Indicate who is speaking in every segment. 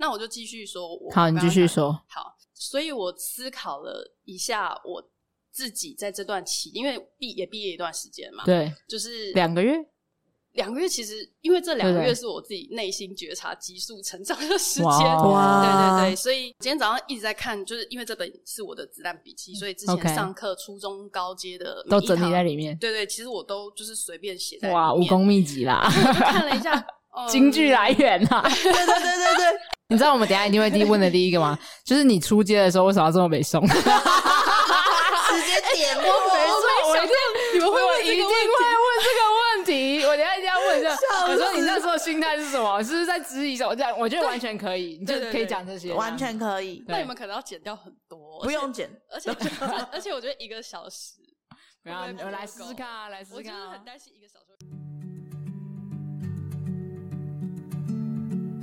Speaker 1: 那我就继续说我。
Speaker 2: 好，你继续说。
Speaker 1: 好，所以我思考了一下我自己在这段期，因为毕也毕业一段时间嘛，
Speaker 2: 对，
Speaker 1: 就是
Speaker 2: 两个月，
Speaker 1: 两个月其实，因为这两个
Speaker 2: 对
Speaker 1: 月
Speaker 2: 对
Speaker 1: 是我自己内心觉察急速成长的时间，
Speaker 2: 哇
Speaker 1: 对对对，所以今天早上一直在看，就是因为这本是我的子弹笔记，所以之
Speaker 2: OK
Speaker 1: 前上课初中高阶的
Speaker 2: 都
Speaker 1: 每一堂
Speaker 2: 整理在里面。
Speaker 1: 对对，其实我都就是随便写在
Speaker 2: 哇，
Speaker 1: 里
Speaker 2: 武
Speaker 1: 面
Speaker 2: 功 秘籍啦，
Speaker 1: 我就看了一下，嗯
Speaker 2: 京剧啊来源
Speaker 1: 啊
Speaker 2: 啦。
Speaker 3: 对对对对对，
Speaker 2: 你知道我们等一下一定会第一问的第一个吗？就是你出街的时候为什么要这么北宋？ 没错，
Speaker 3: 直接点破，
Speaker 2: 我一定
Speaker 1: 你们会
Speaker 2: 我
Speaker 1: 问
Speaker 2: 一
Speaker 1: 这
Speaker 2: 定
Speaker 1: 个
Speaker 2: 会
Speaker 1: 问题
Speaker 2: 问这个问题。我等一下一定要问一下，
Speaker 3: 笑
Speaker 2: 我说
Speaker 3: 死
Speaker 2: 你那时候心态是什么？是不是在质疑什么？这样我觉得完全可以，你就
Speaker 1: 对对对
Speaker 2: 可以讲这些，
Speaker 3: 完全可以，
Speaker 2: 对
Speaker 1: 那你们可能要剪掉很多，
Speaker 3: 不用剪。
Speaker 1: 而且，而 且而且我觉得一个小时，
Speaker 2: 然后
Speaker 1: 会不会
Speaker 2: 我来
Speaker 1: 不
Speaker 2: 试
Speaker 1: 够
Speaker 2: 试看啊，来试
Speaker 1: 我
Speaker 2: 试
Speaker 1: 就
Speaker 2: 看
Speaker 1: 是
Speaker 2: 啊
Speaker 1: 很。担心一个小时。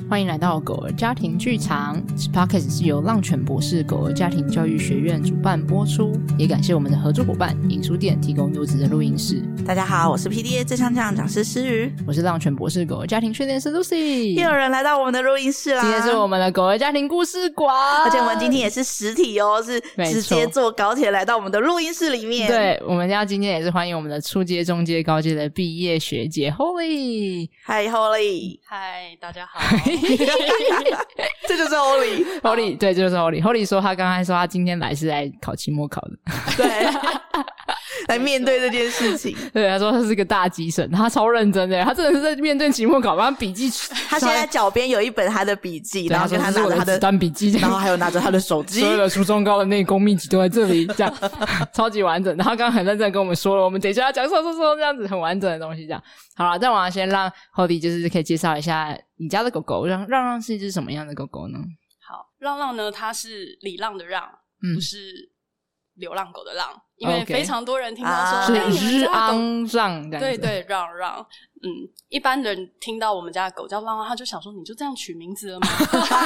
Speaker 2: 欢迎来到狗儿家庭剧场。此 Podcast 是由浪犬博士狗儿家庭教育学院主办播出，也感谢我们的合作伙伴影书店提供优质的录音室。
Speaker 3: 大家好，我是 PDA 最强强讲师诗瑜，
Speaker 2: 我是浪犬博士狗儿家庭训练师 Lucy，
Speaker 3: 又有人来到我们的录音室啦。
Speaker 2: 今天是我们的狗儿家庭故事馆，
Speaker 3: 而且我们今天也是实体哦，是
Speaker 2: 没错
Speaker 3: 直接坐高铁来到我们的录音室里面。，
Speaker 2: 对，我们要今天也是欢迎我们的初阶、中阶、高阶的毕业学姐 Holy。
Speaker 3: 嗨，Holy，
Speaker 1: 嗨，大 家好，
Speaker 3: 这就是 Holy，
Speaker 2: Holy 对，这就是 Holy。Holy 说她刚才说她今天来是来考期末考的，
Speaker 3: 对，来面对这件事情。
Speaker 2: 对，她说她是个大机神，她超认真的，她真的是在面对期末考，把她笔记，
Speaker 3: 他现在脚边有一本他的笔记，
Speaker 2: 对
Speaker 3: 然后跟
Speaker 2: 她
Speaker 3: 他
Speaker 2: 说
Speaker 3: 拿
Speaker 2: 这是
Speaker 3: 着
Speaker 2: 我的
Speaker 3: 他
Speaker 2: 子
Speaker 3: 的，
Speaker 2: 弹笔记，这
Speaker 3: 然后
Speaker 2: 样。
Speaker 3: 还有拿着他的手 机
Speaker 2: 所。有的初中高的内功秘籍都在这 里，这样超级完整。然后刚刚很认真地跟我们说了，我们等一下要讲说说说这样子很完整的东西，这样好了。但我要先让 Holy 就是可以介绍一下你家的狗狗，让让让是一只什么样的狗狗 呢？
Speaker 1: 好，浪浪呢，它是李浪的浪，
Speaker 2: 嗯
Speaker 1: 不是流浪狗的浪，因为
Speaker 2: OK
Speaker 1: 非常多人听到
Speaker 3: 啊
Speaker 1: 说，哎、你
Speaker 2: 是
Speaker 1: 们
Speaker 2: 日
Speaker 1: 家的狗。
Speaker 2: 昂让这样
Speaker 1: 对
Speaker 2: 子，
Speaker 1: 对，让让，嗯，一般人听到我们家的狗叫浪浪，他就想说，你就这样取名字了吗？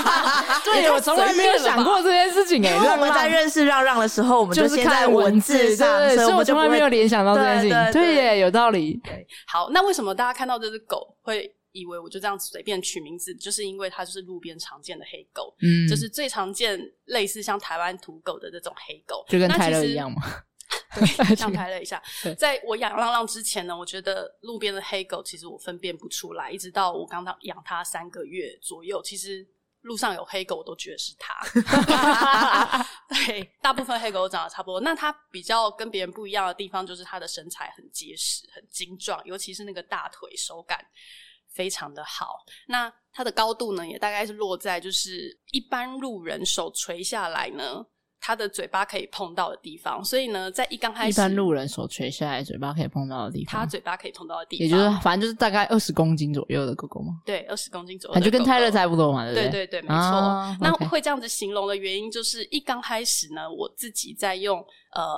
Speaker 2: 对，哎我从来没有想过这件事情哎诶、
Speaker 3: 因
Speaker 2: 让
Speaker 3: 为我
Speaker 2: 让
Speaker 3: 们在认识让让的时候，我们
Speaker 2: 就
Speaker 3: 就是先在
Speaker 2: 看文
Speaker 3: 字上，
Speaker 2: 对对
Speaker 3: 所
Speaker 2: 所
Speaker 3: 以
Speaker 2: 以
Speaker 3: 我
Speaker 2: 我
Speaker 3: 们就
Speaker 2: 从
Speaker 3: 不
Speaker 2: 来没有
Speaker 3: 会。
Speaker 2: 联想到这件事情，
Speaker 3: 对对对
Speaker 2: 耶，有道理，
Speaker 1: 好，那为什么大家看到这只狗会以为我就这样随便取名字？就是因为它就是路边常见的黑狗，
Speaker 2: 嗯，
Speaker 1: 就是最常见类似像台湾土狗的这种黑狗，
Speaker 2: 就跟
Speaker 1: 那其
Speaker 2: 泰勒
Speaker 1: 实
Speaker 2: 一样嘛，
Speaker 1: 对，像泰勒一下
Speaker 2: 对。
Speaker 1: 在我养浪浪之前呢，我觉得路边的黑狗其实我分辨不出来，一直到我刚刚养它三个月左右，其实。路上有黑狗，我都觉得是它。 对，大部分黑狗都长得差不多。那它比较跟别人不一样的地方，就是它的身材很结实、很精壮，尤其是那个大腿手感非常的好。那它的高度呢，也大概是落在就是一般路人手垂下来呢，它的嘴巴可以碰到的地方。所以呢，在一刚开
Speaker 2: 一
Speaker 1: 始，
Speaker 2: 般路人手垂下来，嘴巴可以碰到的地
Speaker 1: 它
Speaker 2: 方，
Speaker 1: 嘴巴可以碰到的地方，
Speaker 2: 也就是反正就是大概二十公斤左右的狗狗嘛，
Speaker 1: 对二十公斤左右
Speaker 2: 啊
Speaker 1: 的狗狗，
Speaker 2: 就跟泰勒差不多嘛，
Speaker 1: 对
Speaker 2: 不对？
Speaker 1: 对对，没错。
Speaker 2: 啊
Speaker 1: 那
Speaker 2: OK
Speaker 1: 会这样子形容的原因，就是一刚开始呢，我自己在用呃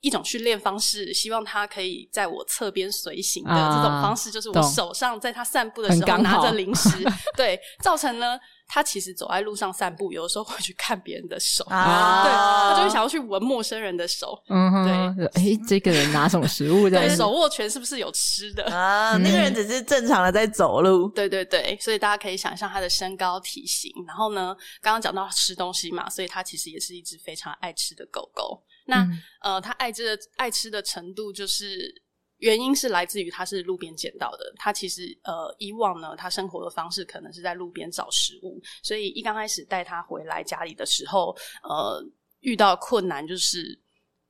Speaker 1: 一种训练方式，希望它可以在我侧边随行的
Speaker 2: 啊
Speaker 1: 这种方式，就是我
Speaker 2: 懂
Speaker 1: 手上在它散步的时
Speaker 2: 很
Speaker 1: 候
Speaker 2: 刚
Speaker 1: 拿
Speaker 2: 好
Speaker 1: 着零食，对，造成呢。它其实走在路上散步，有的时候会去看别人的 手，
Speaker 3: 啊
Speaker 1: 对，它就会想要去闻陌生人的手，
Speaker 2: 嗯哼，诶，这个人拿什么食物在
Speaker 1: 对，手握拳是不是有吃的？
Speaker 3: 啊，那个人只是正常的在走路，
Speaker 1: 对对对，所以大家可以想象它的身高、体型。然后呢，刚刚讲到吃东西嘛，所以它其实也是一只非常爱吃的狗狗。那、
Speaker 2: 嗯
Speaker 1: 呃，它爱吃的爱吃的程度，就是原因是来自于它是路边捡到的。它其实呃，以往呢，它生活的方式可能是在路边找食物，所以一刚开始带它回来家里的时候，呃，遇到困难就是。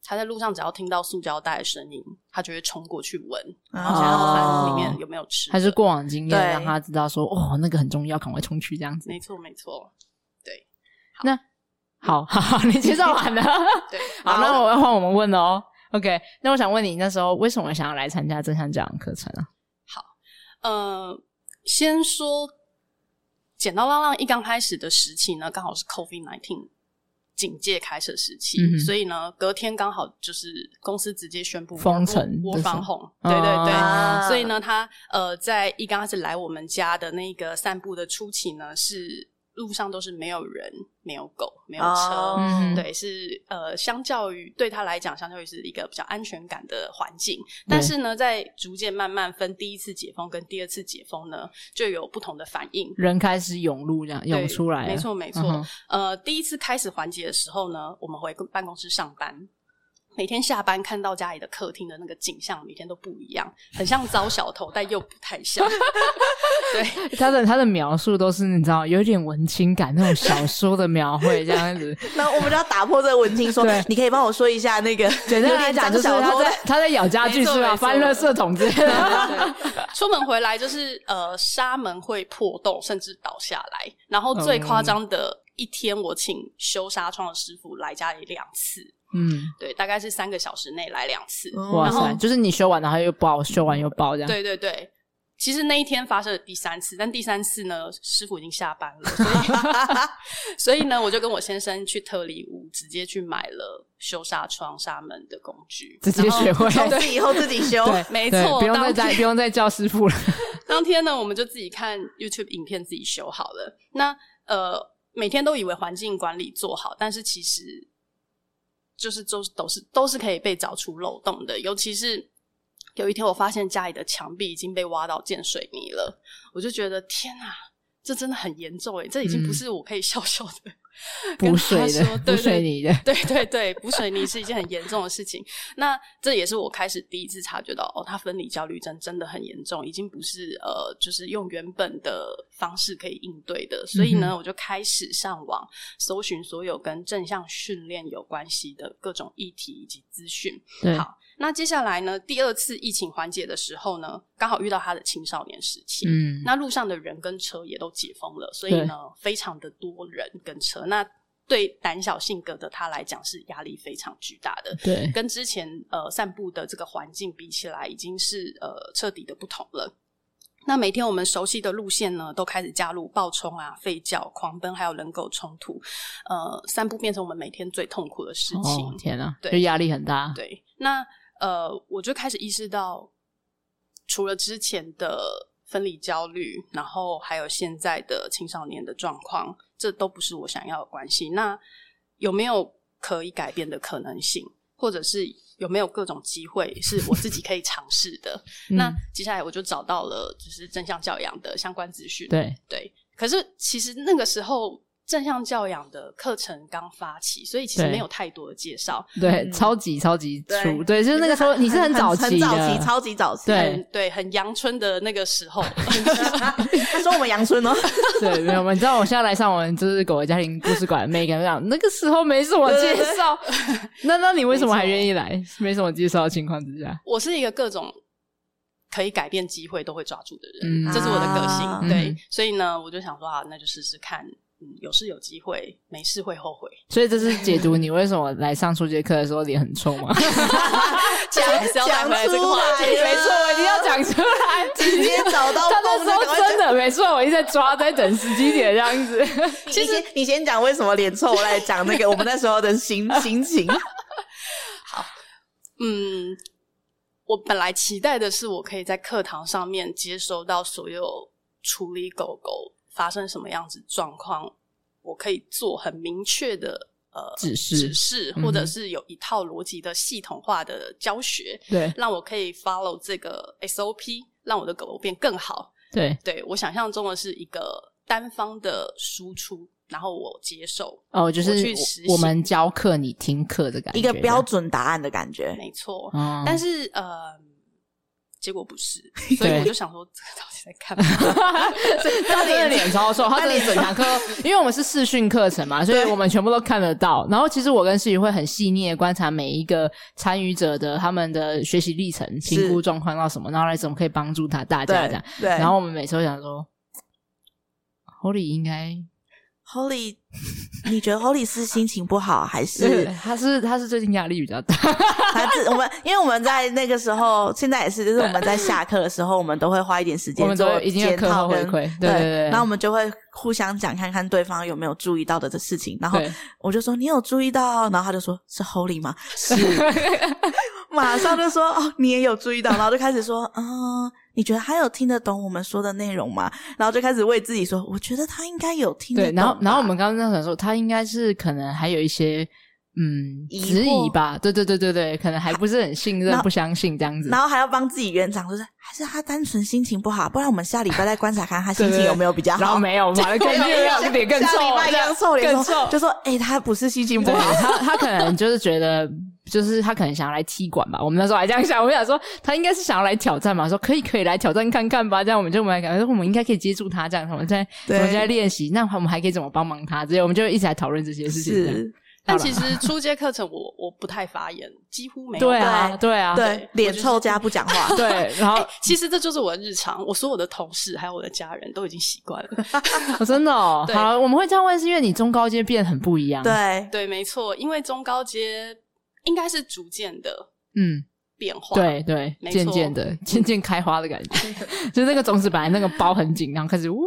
Speaker 1: 它在路上只要听到塑胶袋的声音，它就会冲过去闻，
Speaker 2: 嗯
Speaker 1: 然
Speaker 2: 哦
Speaker 1: 后想
Speaker 3: 哦
Speaker 1: 要翻里面有没有吃的。
Speaker 2: 还是过往经验
Speaker 3: 对
Speaker 2: 让他知道说，哦，那个很重要，赶快冲去这样子。
Speaker 1: 没错，没 错。
Speaker 2: 好， 好，好，你介绍完了。
Speaker 1: 对，
Speaker 2: 好，那我要换我们问了哦。OK，那我想问你，那时候为什么想要来参加正向教养课程啊？
Speaker 1: 呃，先说剪刀浪浪一刚开始的时期呢，刚好是 COVID nineteen 警戒开始的时期，
Speaker 2: 嗯哼
Speaker 1: 所以呢，隔天刚好就是公司直接宣布
Speaker 2: 封城哦
Speaker 1: 我
Speaker 2: 的时候
Speaker 1: 防控，对对对，
Speaker 2: 啊
Speaker 1: 所以呢，他呃，在一刚开始来我们家的那个散步的初期呢，是路上都是没有人、没有狗、没有车，
Speaker 3: 哦
Speaker 2: 嗯
Speaker 1: 对，是呃，相较于对他来讲，相较于是一个比较安全感的环境。但是呢，在逐渐慢慢分第一次解封跟第二次解封呢，就有不同的反应。
Speaker 2: 人开始涌入，这样涌
Speaker 1: 对
Speaker 2: 出来了，
Speaker 1: 没错没错。
Speaker 2: 嗯哼
Speaker 1: 呃，第一次开始环节的时候呢，我们回办公室上班。每天下班看到家里的客厅的那个景象，每天都不一样，很像糟小偷，但又不太 像。对，
Speaker 2: 他的他的描述都是你知道，有一点文青感，那种小说的描绘这样子。
Speaker 3: 那我们就要打破这个文青说
Speaker 2: 对，
Speaker 3: 你可以帮我说一下那个
Speaker 2: 简单来讲，就是
Speaker 3: 有点脏小
Speaker 2: 他
Speaker 3: 偷
Speaker 2: 在
Speaker 3: 的
Speaker 2: 他在咬家具是吧？
Speaker 1: 没错没错
Speaker 2: 翻垃圾桶之类 的。
Speaker 1: 出门回来就是呃，纱门会破洞，甚至倒下来。然后最夸张的一天，我请修纱窗的师傅来家里两次，
Speaker 2: 嗯，
Speaker 1: 对，大概是三个小时内来两次。
Speaker 3: 嗯
Speaker 2: 哇
Speaker 1: 然后
Speaker 2: 塞，就是你修完然后又爆，修完又爆这样。
Speaker 1: 对对对。其实那一天发生了第三次，但第三次呢，师傅已经下班了，所 以所以呢，我就跟我先生去特里屋，直接去买了修纱窗、纱门的工具，
Speaker 2: 直接学会
Speaker 1: 然
Speaker 3: 从
Speaker 1: 后
Speaker 3: 此以后自己修。
Speaker 2: 对，
Speaker 1: 没
Speaker 2: 对
Speaker 1: 错
Speaker 2: 不用再
Speaker 1: 当
Speaker 2: 再不用再叫师傅了。
Speaker 1: 当天呢，我们就自己看 YouTube 影片，自己修好了。那呃，每天都以为环境管理做好，但是其实就是都是都是都是可以被找出漏洞的。尤其是有一天，我发现家里的墙壁已经被挖到见水泥了，我就觉得天哪、这真的很严重欸诶，这已经不
Speaker 2: 嗯
Speaker 1: 是我可以笑笑的 跟他
Speaker 2: 补水的
Speaker 1: 说，
Speaker 2: 补
Speaker 1: 对
Speaker 2: 水
Speaker 1: 对
Speaker 2: 泥的，
Speaker 1: 对对对，补水泥是一件很严重的事情。那这也是我开始第一次察觉到，哦，他分离焦虑症真的很严重，已经不是呃，就是用原本的方式可以应对的。所以
Speaker 2: 嗯
Speaker 1: 呢，我就开始上网搜寻所有跟正向训练有关系的各种议题以及资讯。
Speaker 2: 对，
Speaker 1: 好，那接下来呢，第二次疫情缓解的时候呢，刚好遇到他的青少年时期。
Speaker 2: 嗯，
Speaker 1: 那路上的人跟车也都解封了，所以呢，非常的多人跟车。那对胆小性格的他来讲，是压力非常巨大的。
Speaker 2: 对，
Speaker 1: 跟之前呃散步的这个环境比起来，已经是呃彻底的不同了。那每天我们熟悉的路线呢，都开始加入暴冲啊、吠叫、狂奔，还有人狗冲突。呃，散步变成我们每天最痛苦的事情。
Speaker 2: 哦，天哪，
Speaker 1: 对
Speaker 2: 就压力很大。
Speaker 1: 对，那呃，我就开始意识到，除了之前的分离焦虑，然后还有现在的青少年的状况，这都不是我想要的关系。那有没有可以改变的可能性，或者是有没有各种机 会是我自己可以尝试的？
Speaker 2: 嗯
Speaker 1: 那接下来我就找到了就是正向教养的相关资讯。
Speaker 2: 对，
Speaker 1: 对，可是其实那个时候。正向教养的课程刚发起，所以其实
Speaker 2: 对
Speaker 1: 没有太多的介绍。
Speaker 2: 对，
Speaker 3: 嗯
Speaker 2: 超级超级
Speaker 3: 对
Speaker 2: 出，对，就是那个时候你是很早
Speaker 3: 很
Speaker 2: 期
Speaker 3: 早期，
Speaker 2: 的，
Speaker 3: 超级早期。
Speaker 2: 对
Speaker 1: 很对，很阳春的那个时候，
Speaker 3: 他说我们阳春 哦，
Speaker 2: 对，没有，你知道我现在来上我们就是狗的家庭故事馆，每个人都讲那个时候没什么介 绍，那那你为什么还愿意来？没什么介绍的情况之下，
Speaker 1: 我是一个各种可以改变机会都会抓住的人，
Speaker 2: 嗯
Speaker 1: 这是我的个性。
Speaker 3: 啊
Speaker 1: 对，
Speaker 2: 嗯
Speaker 1: 所以呢，我就想说啊，那就试试看，嗯，有事有机会，没事会后悔，
Speaker 2: 所以这是解读你为什么来上初阶课的时候脸很臭 吗？
Speaker 1: 这样 还是要带回来这个话题。
Speaker 2: 哎
Speaker 3: 讲出来
Speaker 2: 没错，我一定要讲出 来。
Speaker 3: 直接找到
Speaker 2: 他那
Speaker 3: 缝，
Speaker 2: 时候真的没错，我一直在抓，在等时机点这样 子。
Speaker 3: 其实你先讲为什么脸臭，我来讲那个我们那时候的 心心情。
Speaker 1: 嗯，我本来期待的是，我可以在课堂上面接收到所有处理狗狗发生什么样子状况，我可以做很明确的呃
Speaker 2: 指示
Speaker 1: 指示
Speaker 2: 嗯哼
Speaker 1: 或者是有一套逻辑的系统化的教学，
Speaker 2: 对
Speaker 1: 让我可以 follow 这个 SOP，让我的狗狗变更好。
Speaker 2: 对，
Speaker 1: 对我想象中的是一个单方的输出，然后我接受，
Speaker 2: 哦，就是
Speaker 1: 我去实
Speaker 2: 我
Speaker 1: 习
Speaker 2: 我们教课，你听课的感觉，
Speaker 3: 一个标准答案的感觉，
Speaker 1: 没错。
Speaker 2: 哦，
Speaker 1: 但是呃，结果不 是，所以
Speaker 2: 对
Speaker 1: 我就想说，这个到底在干嘛？
Speaker 2: 他真的脸超瘦，他真的整堂课都，因为我们是视讯课程嘛，所以我们全部都看得到。然后其实我跟世宇会很细腻的观察每一个参与者的他们的学习历程、
Speaker 3: 是
Speaker 2: 评估状况到什么，然后来怎么可以帮助他大家
Speaker 3: 对
Speaker 2: 这样。
Speaker 3: 对。
Speaker 2: 然后我们每次都想说，Holy 应该
Speaker 3: Holy，你觉得 Holy 是心情不好 还
Speaker 2: 是
Speaker 3: 是
Speaker 2: 他是他是最近压力比较大，
Speaker 3: 他自我们？因为我们在那个时候，现在也是，就是我们在下课的时候，我们都会花一点时
Speaker 2: 我
Speaker 3: 间
Speaker 2: 们都
Speaker 3: 做
Speaker 2: 已经有
Speaker 3: 检
Speaker 2: 课后
Speaker 3: 讨
Speaker 2: 回
Speaker 3: 跟
Speaker 2: 馈，对对对，
Speaker 3: 然后我们就会互相讲，看看对方有没有注意到的这 事情。然后
Speaker 2: 对
Speaker 3: 我就说你有注意到，然后他就说是 Holy 吗？是，马上就说哦，你也有注意到，然后就开始说，嗯，你觉得他有听得懂我们说的内容吗？然后就开始为自己说，我觉得他应该有听得
Speaker 2: 对，
Speaker 3: 懂吧。
Speaker 2: 然后然后我们刚刚在想说，他应该是可能还有一些嗯
Speaker 3: 疑
Speaker 2: 质疑
Speaker 3: 惑
Speaker 2: 吧，对对对对对，可能还不是很信任
Speaker 3: 然，后
Speaker 2: 不相信这样子
Speaker 3: 然。后还要帮自己圆场，就是还是他单纯心情不好，不然我们下礼拜再观察看他心情有没有比较好。
Speaker 2: 然后没有，反正更
Speaker 3: 没有
Speaker 2: 月亮脸更
Speaker 3: 下
Speaker 2: 臭
Speaker 3: 礼
Speaker 2: 了，
Speaker 3: 拜
Speaker 2: 这样
Speaker 3: 更臭脸
Speaker 2: 更
Speaker 3: 说，
Speaker 2: 臭，
Speaker 3: 就说哎、他不是心情不
Speaker 2: 对
Speaker 3: 好，
Speaker 2: 他，他可能就是觉得，就是他可能想要来踢馆吧。我们那时候还这样想，我们想说他应该是想要来挑战嘛，说可以可以来挑战看看吧。这样我们就我们来感觉说我们应该可以接住他，这样我们在我
Speaker 3: 对
Speaker 2: 们在练习，那我们还可以怎么帮忙他？之类，我们就一起来讨论这些事情。这样
Speaker 3: 是，
Speaker 1: 但其实初阶课程我我不太发言，几乎没有。
Speaker 2: 对啊，
Speaker 3: 对
Speaker 2: 对啊，，
Speaker 3: 对，哎脸
Speaker 1: 就是
Speaker 3: 臭加不讲 话
Speaker 2: 对。然后
Speaker 1: 哎其实这就是我的日常，我所有的同事还有我的家人都已经习惯了。
Speaker 2: 我真的哦，
Speaker 1: 对
Speaker 2: 好了，我们会这样问，是因为你中高阶变得很不一样。，
Speaker 3: 对
Speaker 1: 对，没错，因为中高阶应该是逐渐的
Speaker 2: 嗯，
Speaker 1: 变化。
Speaker 2: 对对，
Speaker 1: 没
Speaker 2: 渐
Speaker 1: 错
Speaker 2: 渐的， 渐渐开花的感觉， 就是那个种子本来那个包很紧，然后开始呜。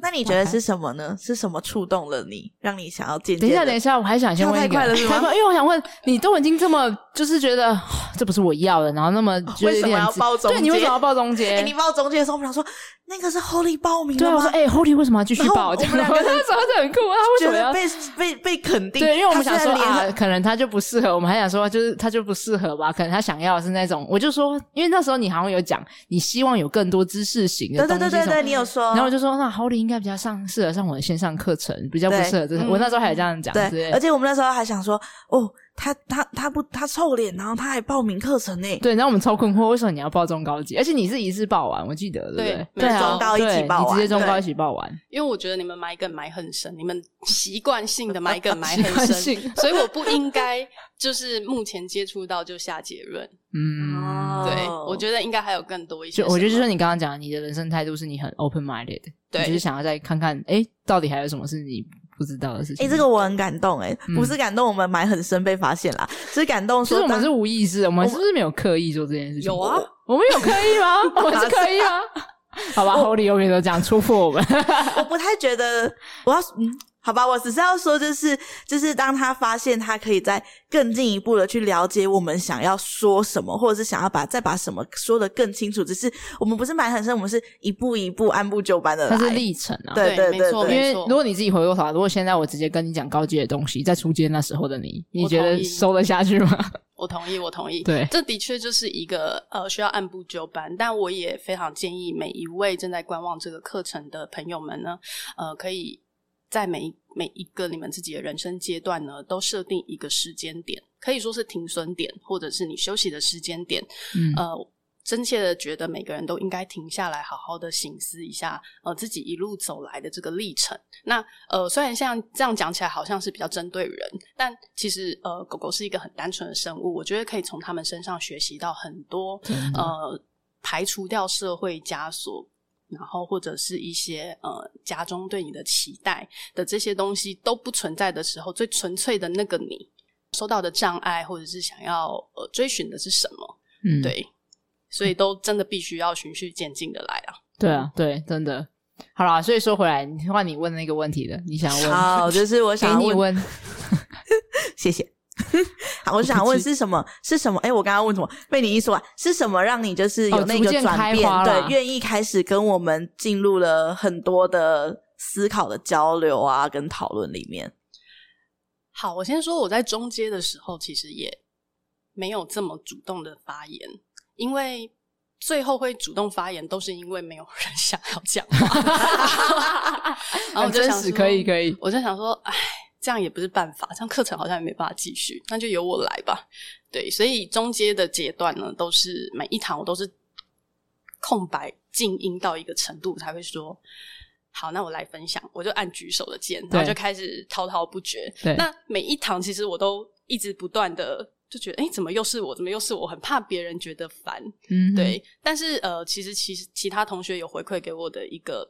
Speaker 3: 那你觉得是什么呢？是什么触动了你，让你想要渐
Speaker 2: 等
Speaker 3: 渐
Speaker 2: 一下，
Speaker 3: 地？
Speaker 2: 等一下，我还想先问一个，
Speaker 3: 跳太快了是吗
Speaker 2: 太快因为我想问，你都已经这么就是觉得 这不是我要的，然后那么就是
Speaker 3: 哦为
Speaker 2: 有
Speaker 3: 什么
Speaker 2: 点
Speaker 3: 要
Speaker 2: 自
Speaker 3: 包中
Speaker 2: 对，你为什
Speaker 3: 间
Speaker 2: 么要报中
Speaker 3: 哎、
Speaker 2: 间？
Speaker 3: 你报中介的时候，我们想说那个是 Holy 报名的
Speaker 2: 对啊，
Speaker 3: 吗
Speaker 2: 我说哎、h o l y 为什么要继续
Speaker 3: 然后
Speaker 2: 报？
Speaker 3: 我
Speaker 2: 这
Speaker 3: 们
Speaker 2: 样，然
Speaker 3: 两
Speaker 2: 后
Speaker 3: 个
Speaker 2: 那时候就很酷，啊他为什
Speaker 3: 觉
Speaker 2: 么要
Speaker 3: 得？被被被肯定，
Speaker 2: 对，因为我们想
Speaker 3: 他虽
Speaker 2: 说
Speaker 3: 然
Speaker 2: 啊，
Speaker 3: 连
Speaker 2: 可能他就不适合，我们还想说就是他就不适合吧，可能他想要的是那种，我就说，因为那时候你好像有讲，你希望有更多知识型的
Speaker 3: 对
Speaker 2: 东
Speaker 3: 对
Speaker 2: 西
Speaker 3: 对
Speaker 2: 什么
Speaker 3: 对对，你有说，
Speaker 2: 然后我就说，那 Holy 应该比较上适合上我的线上课程，比较不
Speaker 3: 对
Speaker 2: 适合这种。
Speaker 1: 嗯
Speaker 2: 我那时候还有这样讲，之类
Speaker 3: 对，
Speaker 2: 的
Speaker 3: 而且我们那时候还想说，哦，他他他不他臭脸，然后他还报名课程呢，
Speaker 2: 对，然后我们超困惑，为什么你要报中高级？而且你是一次报完，我记得对不对？
Speaker 1: 对
Speaker 2: 啊
Speaker 1: 中
Speaker 3: 高一起
Speaker 2: 对
Speaker 3: 报
Speaker 2: 你直接
Speaker 3: 完
Speaker 2: 中高
Speaker 3: 对
Speaker 2: 一起报完，
Speaker 1: 因为我觉得你们埋梗埋很深，你们习惯性的埋 梗埋
Speaker 2: 习惯
Speaker 1: 很深
Speaker 2: 性，
Speaker 1: 所以我不应该就是目前接触到就下结论。
Speaker 2: 嗯，
Speaker 3: 哦
Speaker 1: 对，我觉得应该还有更多一些什
Speaker 2: 就
Speaker 1: 么。
Speaker 2: 我觉得就是你刚刚讲的，你的人生态度是你很 open minded，
Speaker 1: 对
Speaker 2: 你就是想要再看看，哎，到底还有什么是你不知道的事情？
Speaker 3: 哎，这个我很感动，哎，
Speaker 2: 嗯
Speaker 3: 不是感动我们埋很深被发现啦，只是感动
Speaker 2: 其实
Speaker 3: 说
Speaker 2: 我们
Speaker 3: 当
Speaker 2: 是无意识的，我们是不是没有刻意做这件事情？
Speaker 1: 有啊，
Speaker 2: 我们有刻意吗？我们是刻意吗？ 好吧，Holy 永远都这样戳破我们。
Speaker 3: 我不太觉得我要嗯。好吧，我只是要说，就是就是，当他发现他可以再更进一步的去了解我们想要说什么，或者是想要把再把什么说的更清楚，只是我们不是埋很深，我们是一步一步按部就班的
Speaker 2: 它是
Speaker 3: 来。
Speaker 2: 历程啊，
Speaker 3: 对对
Speaker 1: 没
Speaker 3: 对
Speaker 1: 错，
Speaker 3: 对
Speaker 2: 因为
Speaker 1: 没
Speaker 2: 如
Speaker 1: 错。
Speaker 2: 果你自己回过头来，如果现在我直接跟你讲高阶的东西，在初阶那时候的你，你
Speaker 1: 我
Speaker 2: 觉
Speaker 1: 同
Speaker 2: 得
Speaker 1: 意
Speaker 2: 收得下去吗？
Speaker 1: 我同意，我同意。
Speaker 2: 对
Speaker 1: 这的确就是一个呃需要按部就班，但我也非常建议每一位正在观望这个课程的朋友们呢，呃，可以在每一每一个你们自己的人生阶段呢，都设定一个时间点，可以说是停损点，或者是你休息的时间点。
Speaker 2: 嗯，
Speaker 1: 呃，真切的觉得每个人都应该停下来，好好的醒思一下，呃，自己一路走来的这个历程。那呃，虽然像这样讲起来好像是比较针对人，但其实呃，狗狗是一个很单纯的生物，我觉得可以从他们身上学习到很多，呃，排除掉社会枷锁。然后或者是一些呃家中对你的期待的这些东西都不存在的时候，最纯粹的那个你受到的障碍，或者是想要呃追寻的是什么？
Speaker 2: 嗯，
Speaker 1: 对，所以都真的必须要循序渐进的来啊。
Speaker 2: 对啊，对，真的。好啦，所以说回来，你换你问那个问题了，你想问，
Speaker 3: 好，就是我
Speaker 2: 给
Speaker 3: 想要
Speaker 2: 你
Speaker 3: 问，
Speaker 2: 问，
Speaker 3: 谢谢。好，我想问是什么？是什么？哎、我刚刚问什么？被你一说完，是什么让你就是有那
Speaker 2: 哦逐
Speaker 3: 个
Speaker 2: 渐
Speaker 3: 转变？
Speaker 2: 开花啦
Speaker 3: 对，愿意开始跟我们进入了很多的思考的交流啊，跟讨论里面。
Speaker 1: 好，我先说我在中阶的时候，其实也没有这么主动的发言，因为最后会主动发言，都是因为没有人 想要讲 话。然
Speaker 3: 哦
Speaker 1: 后我
Speaker 2: 很
Speaker 1: 就
Speaker 2: 真
Speaker 1: 想
Speaker 2: 实，
Speaker 1: 说
Speaker 2: 可以，可以。
Speaker 1: 我就想说，哎，这样也不是办法，这样课程好像也没办法继续，那就由我来吧。对，所以中阶的阶段呢，都是每一堂我都是空白静音到一个程度，才会说好，那我来分享，我就按举手的键，然后
Speaker 2: 对
Speaker 1: 就开始滔滔不绝。
Speaker 2: 对
Speaker 1: 那每一堂其实我都一直不断的。就觉得哎、诶怎么又是我？怎么又是我？很怕别人觉得烦，
Speaker 2: 嗯，
Speaker 1: 对，但是呃，其实其实其他同学有回馈给我的一个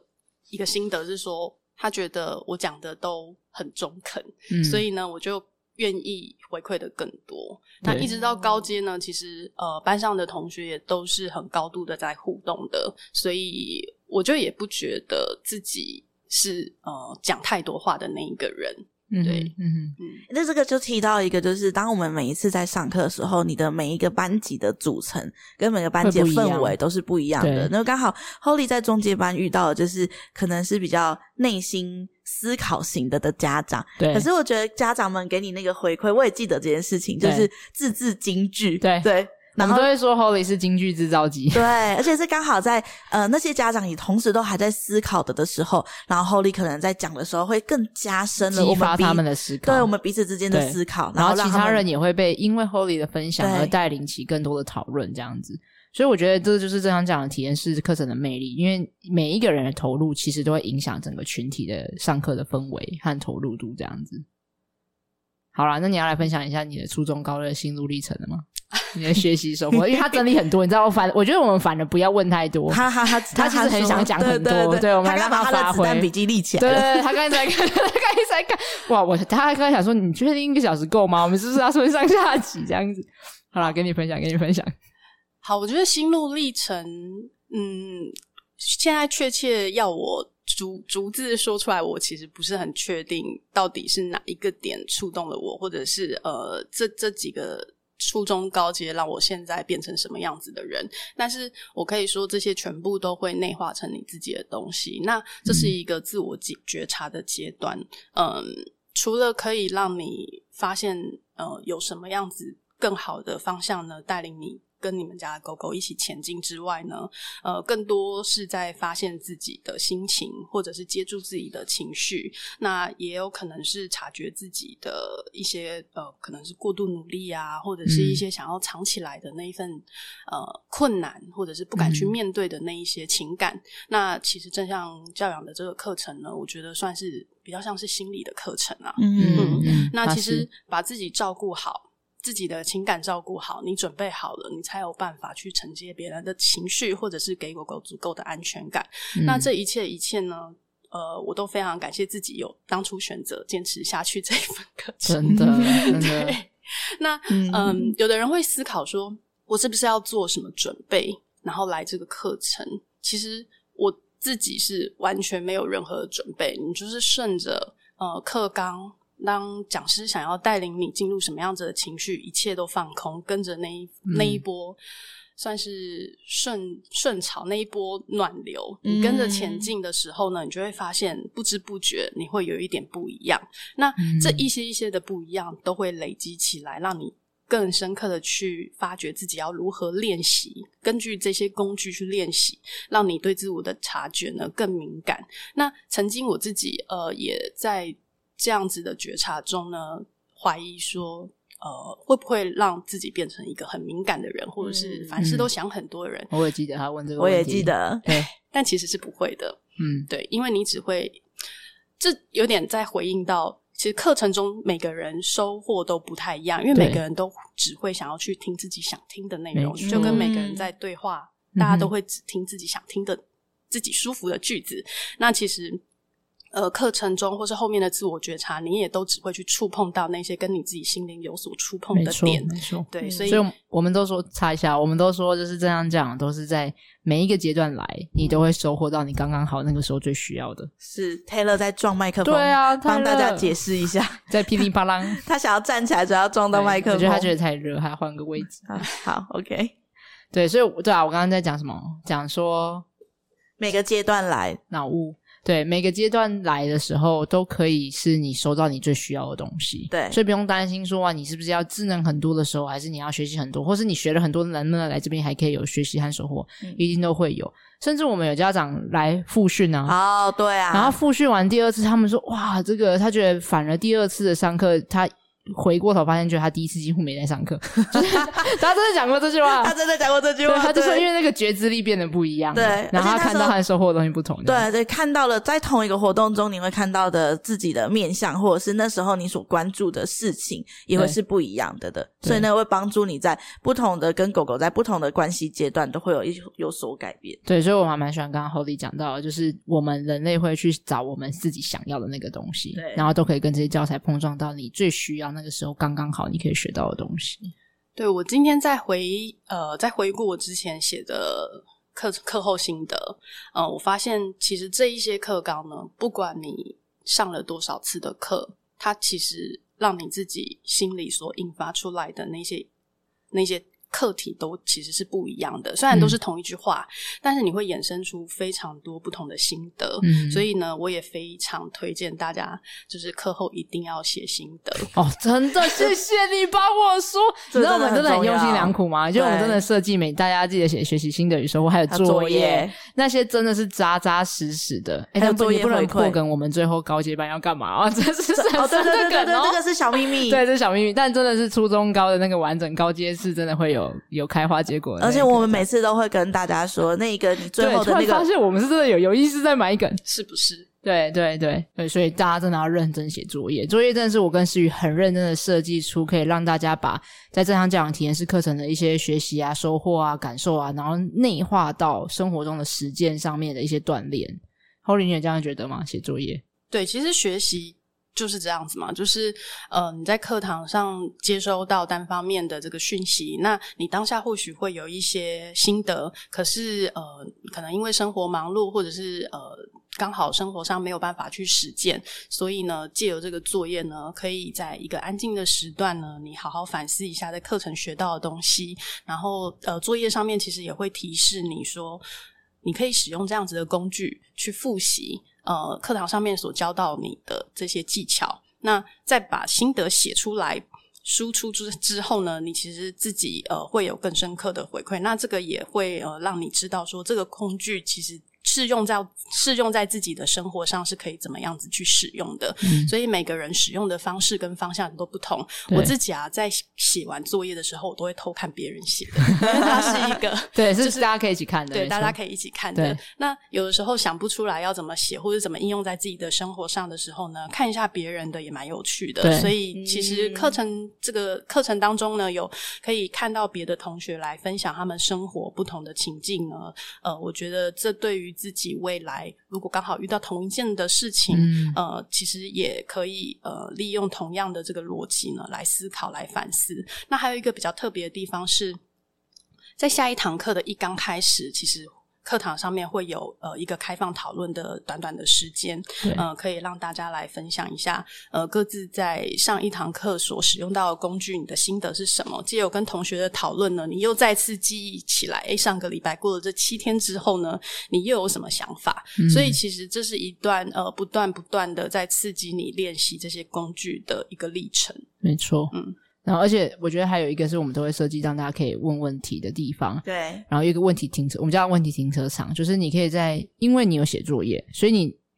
Speaker 1: 一个心得是说，他觉得我讲的都很中肯，
Speaker 2: 嗯，
Speaker 1: 所以呢，我就愿意回馈的更多。那
Speaker 2: 对
Speaker 1: 一直到高阶呢，其实呃，班上的同学也都是很高度的在互动的，所以我就也不觉得自己是呃讲太多话的那一个人。
Speaker 2: 嗯哼
Speaker 1: 对，
Speaker 2: 嗯哼，
Speaker 1: 嗯，
Speaker 3: 那这个就提到一个，就是当我们每一次在上课的时候，你的每一个班级的组成跟每个班级的
Speaker 2: 会不一样
Speaker 3: 氛围都是不一样的
Speaker 2: 对。
Speaker 3: 那刚好 Holly 在中介班遇到的就是可能是比较内心思考型的的家长，
Speaker 2: 对。
Speaker 3: 可是我觉得家长们给你那个回馈，我也记得这件事情，就是字字金句，
Speaker 2: 对
Speaker 3: 对，
Speaker 2: 我
Speaker 3: 然
Speaker 2: 们
Speaker 3: 后
Speaker 2: 都。会说 Holy 是京剧制造机，
Speaker 3: 对，而且是刚好在呃那些家长也同时都还在思考的的时候，然后 Holly 可能在讲的时候会更加深了我
Speaker 2: 激
Speaker 3: 们
Speaker 2: 发
Speaker 3: 彼
Speaker 2: 他们的思考。
Speaker 3: 对我们彼此之间的
Speaker 2: 对
Speaker 3: 思考，
Speaker 2: 然后
Speaker 3: 让
Speaker 2: 其
Speaker 3: 他
Speaker 2: 他
Speaker 3: 们
Speaker 2: 人也会被因为 Holy 的分享
Speaker 3: 对
Speaker 2: 而带领起更多的讨论，这样子。所以我觉得这就是这堂讲的体验式课程的魅力，因为每一个人的投入其实都会影响整个群体的上课的氛围和投入度，这样子。好啦，那你要来分享一下你的初中、高二的心路历程了吗？你的学习生活，因为他整理很多，你知道，我反我觉得我们反而不要问太 多。
Speaker 3: 他他他
Speaker 2: 他其实很想讲很多
Speaker 3: 对对
Speaker 2: 对我们
Speaker 3: 他
Speaker 2: 让
Speaker 3: 刚
Speaker 2: 他
Speaker 3: 把
Speaker 2: 发
Speaker 3: 的子弹
Speaker 2: 挥
Speaker 3: 笔记立起来
Speaker 2: 对
Speaker 3: 了。
Speaker 2: 对对，他刚才在看，他刚才在看，哇！我他还刚才想说，你确定一个小时够吗？我们是不是要分上下集这样子？好啦，跟你分享，跟你分享。
Speaker 1: 好，我觉得心路历程，嗯，现在确切要我逐逐字说出来，我其实不是很确定到底是哪一个点触动了我，或者是呃，这这几个。初中高阶让我现在变成什么样子的人，但是我可以说这些全部都会内化成你自己的东西。那这是一个自我觉觉察的阶段，嗯，除了可以让你发现呃有什么样子更好的方向呢，带领你跟你们家的狗狗一起前进之外呢，呃，更多是在发现自己的心情，或者是接住自己的情绪。那也有可能是察觉自己的一些呃，可能是过度努力啊，或者是一些想要藏起来的那一份呃困难，或者是不敢去
Speaker 2: 嗯
Speaker 1: 面对的那一些情感。那其实正向教养的这个课程呢，我觉得算是比较像是心理的课程啊。
Speaker 3: 嗯，
Speaker 2: 嗯
Speaker 1: 那
Speaker 2: 他
Speaker 1: 其
Speaker 2: 是
Speaker 1: 实把自己照顾好，自己的情感照顾好，你准备好了，你才有办法去承接别人的情绪，或者是给狗狗足够的安全感。那
Speaker 2: 嗯
Speaker 1: 这一切一切呢？呃，我都非常感谢自己有当初选择坚持下去这一份课程。
Speaker 2: 真的真的
Speaker 1: 嗯 对，那
Speaker 3: 嗯
Speaker 1: 嗯有的人会思考说，我是不是要做什么准备，然后来这个课程？其实我自己是完全没有任何的准备，你就是顺着呃课纲，当讲师想要带领你进入什么样子的情绪，一切都放空，跟着那一、那一
Speaker 2: 嗯
Speaker 1: 波。算是顺顺潮那一波暖流，你跟着前
Speaker 3: 嗯
Speaker 1: 进的时候呢，你就会发现不知不觉你会有一点不一样。那
Speaker 2: 嗯
Speaker 1: 这一些一些的不一样都会累积起来，让你更深刻的去发掘自己要如何练习，根据这些工具去练习，让你对自我的察觉呢更敏感。那曾经我自己呃也在这样子的觉察中呢，怀疑说。呃，会不会让自己变成一个很敏感的人，或者是
Speaker 3: 嗯
Speaker 1: 凡事都想很多的人？
Speaker 2: 我也记得他问这个
Speaker 3: 我
Speaker 2: 问题，
Speaker 3: 也记，得，
Speaker 2: 对，
Speaker 1: 但其实是不会的。
Speaker 2: 嗯
Speaker 1: 对，因为你只会，这有点在回应到，其实课程中每个人收获都不太一样，因为
Speaker 2: 对
Speaker 1: 每个人都只会想要去听自己想听的内容，
Speaker 2: 没错
Speaker 1: 就跟每个人在对话，大家
Speaker 2: 嗯哼
Speaker 1: 都会只听自己想听的、自己舒服的句子。那其实。呃，课程中或是后面的自我觉察，你也都只会去触碰到那些跟你自己心灵有所触碰
Speaker 2: 没
Speaker 1: 的
Speaker 2: 错
Speaker 1: 点，
Speaker 2: 没错。
Speaker 1: 对，
Speaker 3: 嗯
Speaker 1: 所以
Speaker 2: 所以我们都说擦一下，我们都说就是这样讲，都是在每一个阶段来，你都会收获到你刚刚好那个时候最需要的。
Speaker 3: 是 Taylor 在撞麦克风，
Speaker 2: 对啊，
Speaker 3: 帮大家解
Speaker 2: 解，
Speaker 3: 释一下，
Speaker 2: 啊在噼里 啪啦
Speaker 3: 他想要站起来，只要撞到麦克
Speaker 2: 对我
Speaker 3: 风。
Speaker 2: 觉得他觉得太热，还要换个位置。
Speaker 3: 啊好，OK，
Speaker 2: 对，所以我对啊，我刚刚在讲什么？讲说
Speaker 3: 每个阶段来，
Speaker 2: 脑雾。对，每个阶段来的时候，都可以是你收到你最需要的东西。
Speaker 3: 对
Speaker 2: 所以不用担心说啊，你是不是要智能很多的时候，还是你要学习很多，或是你学了很多，能不能来这边还可以有学习和收获，
Speaker 3: 嗯
Speaker 2: 一定都会有。甚至我们有家长来复训啊，
Speaker 3: 哦，对啊，
Speaker 2: 然后复训完第二次，他们说哇，这个他觉得反而第二次的上课，他回过头发现，觉得他第一次几乎没在上课， 就是他他真的讲过这句话，
Speaker 3: 他真的讲过这句
Speaker 2: 对，
Speaker 3: 话，
Speaker 2: 他就说
Speaker 3: 对
Speaker 2: 因为那个觉知力变得不一样了，
Speaker 3: 对
Speaker 2: 然后
Speaker 3: 而
Speaker 2: 他看
Speaker 3: 且那时候
Speaker 2: 到他的收获的东西不同，这样
Speaker 3: 对对，看到了，在同一个活动中，你会看到的自己的面相，或者是那时候你所关注的事情，也会
Speaker 2: 对
Speaker 3: 是不一样的的。
Speaker 2: 对
Speaker 3: 所以呢，会帮助你在不同的跟狗狗在不同的关系阶段，都会有一有所改变。
Speaker 2: 对，所以我还蛮喜欢刚刚 Holly 讲到的，就是我们人类会去找我们自己想要的那个东西
Speaker 3: 对，
Speaker 2: 然后都可以跟这些教材碰撞到你最需要那个时候刚刚好你可以学到的东 西。
Speaker 1: 对我今天在回呃，在回顾我之前写的课课后心得，呃，我发现其实这一些课纲呢，不管你上了多少次的课，它其实让你自己心里所引发出来的那些那些课题都其实是不一样的。虽然都是同一句话，但是你会衍生出非常多不同的心得。
Speaker 2: 嗯
Speaker 1: 所以呢，我也非常推荐大家，就是课后一定要写心得。
Speaker 2: 哦，真的，谢谢你帮我 说。你
Speaker 3: 这
Speaker 2: 知道我们真
Speaker 3: 真的很
Speaker 2: 的很
Speaker 3: 重
Speaker 2: 用心
Speaker 3: 要
Speaker 2: 良苦吗？就我们
Speaker 3: 对
Speaker 2: 真的设计每大家自己的写学习心得与收获，还有
Speaker 3: 还
Speaker 2: 作
Speaker 3: 有
Speaker 2: 业
Speaker 3: 作业
Speaker 2: 那些真的是扎扎实实的。哎、
Speaker 3: 还有
Speaker 2: 但不
Speaker 3: 作业
Speaker 2: 也不能
Speaker 3: 回馈
Speaker 2: 破梗，我们最后高阶班要干嘛啊？这是
Speaker 3: 这哦，
Speaker 2: 神
Speaker 3: 对
Speaker 2: 圣
Speaker 3: 对对
Speaker 2: 的
Speaker 3: 对
Speaker 2: 梗
Speaker 3: 对，
Speaker 2: 哦
Speaker 3: 这。个是小秘密。
Speaker 2: 对，这是小秘密，但真的是初中高的那个完整高阶是真的会有有开花结果的那
Speaker 3: 而
Speaker 2: 个、
Speaker 3: 且我们每次都会跟大家说，那个你最
Speaker 2: 对
Speaker 3: 后
Speaker 2: 突
Speaker 3: 的那
Speaker 2: 然发
Speaker 3: 个，
Speaker 2: 现我们是真的有有意识在埋梗，
Speaker 1: 是不是？
Speaker 2: 对对对对，所以大家真的要认真写作业。作业真的是我跟诗雨很认真的设计出，可以让大家把在这堂教养体验式课程的一些学习啊、收获啊、感受啊，然后内化到生活中的实践上面的一些锻炼。后林，你也这样觉得吗？写作业，
Speaker 1: 对，其实学习就是这样子嘛，就是呃，你在课堂上接收到单方面的这个讯息，那你当下或许会有一些心得，可是呃，可能因为生活忙碌，或者是呃。刚好生活上没有办法去实践，所以呢，借由这个作业呢，可以在一个安静的时段呢，你好好反思一下在课程学到的东西，然后呃，作业上面其实也会提示你说，你可以使用这样子的工具去复习，呃，课堂上面所教到你的这些技巧。那再把心得写出来，输出之之后呢，你其实自己呃会有更深刻的回馈。那这个也会呃让你知道说，这个工具其实适用在适用在自己的生活上是可以怎么样子去使用的。
Speaker 2: 嗯
Speaker 1: 所以每个人使用的方式跟方向都不同。
Speaker 2: 对
Speaker 1: 我自己啊，在写完作业的时候，我都会偷看别人写 的，因为它是一个。
Speaker 2: 对，是大家可以一起看的，
Speaker 1: 对，
Speaker 2: 没
Speaker 1: 大家
Speaker 2: 错
Speaker 1: 可以一起看的
Speaker 2: 对。
Speaker 1: 那有的时候想不出来要怎么写，或者怎么应用在自己的生活上的时候呢，看一下别人的也蛮有趣
Speaker 2: 对嗯
Speaker 1: 的。所以其实
Speaker 3: 嗯
Speaker 1: 课程、这个课程当中呢，有可以看到别的同学来分享他们生活不同的情境呢。呃，我觉得这对于自己未来如果刚好遇到同一件的事情，
Speaker 2: 嗯，
Speaker 1: 呃，其实也可以呃利用同样的这个逻辑呢来思考、来反思。那还有一个比较特别的地方是，在下一堂课的一刚开始，其实。课堂上面会有呃一个开放讨论的短短的时间，
Speaker 2: 对
Speaker 1: 呃，可以让大家来分享一下呃各自在上一堂课所使用到的工具，你的心得是什么？借由跟同学的讨论呢，你又再次记忆起来，诶，上个礼拜过了这七天之后呢，你又有什么想法？
Speaker 2: 嗯
Speaker 1: 所以其实这是一段呃不断不断的在刺激你练习这些工具的一个历程。
Speaker 2: 没错，嗯
Speaker 1: 嗯。
Speaker 2: 然后，而且我觉得还有一个是我们都会设计让大家可以问问题的地方，
Speaker 3: 对，
Speaker 2: 然后有一个问题停车，我们叫它问题停车场，就是你可以在，因为你有写作业，所以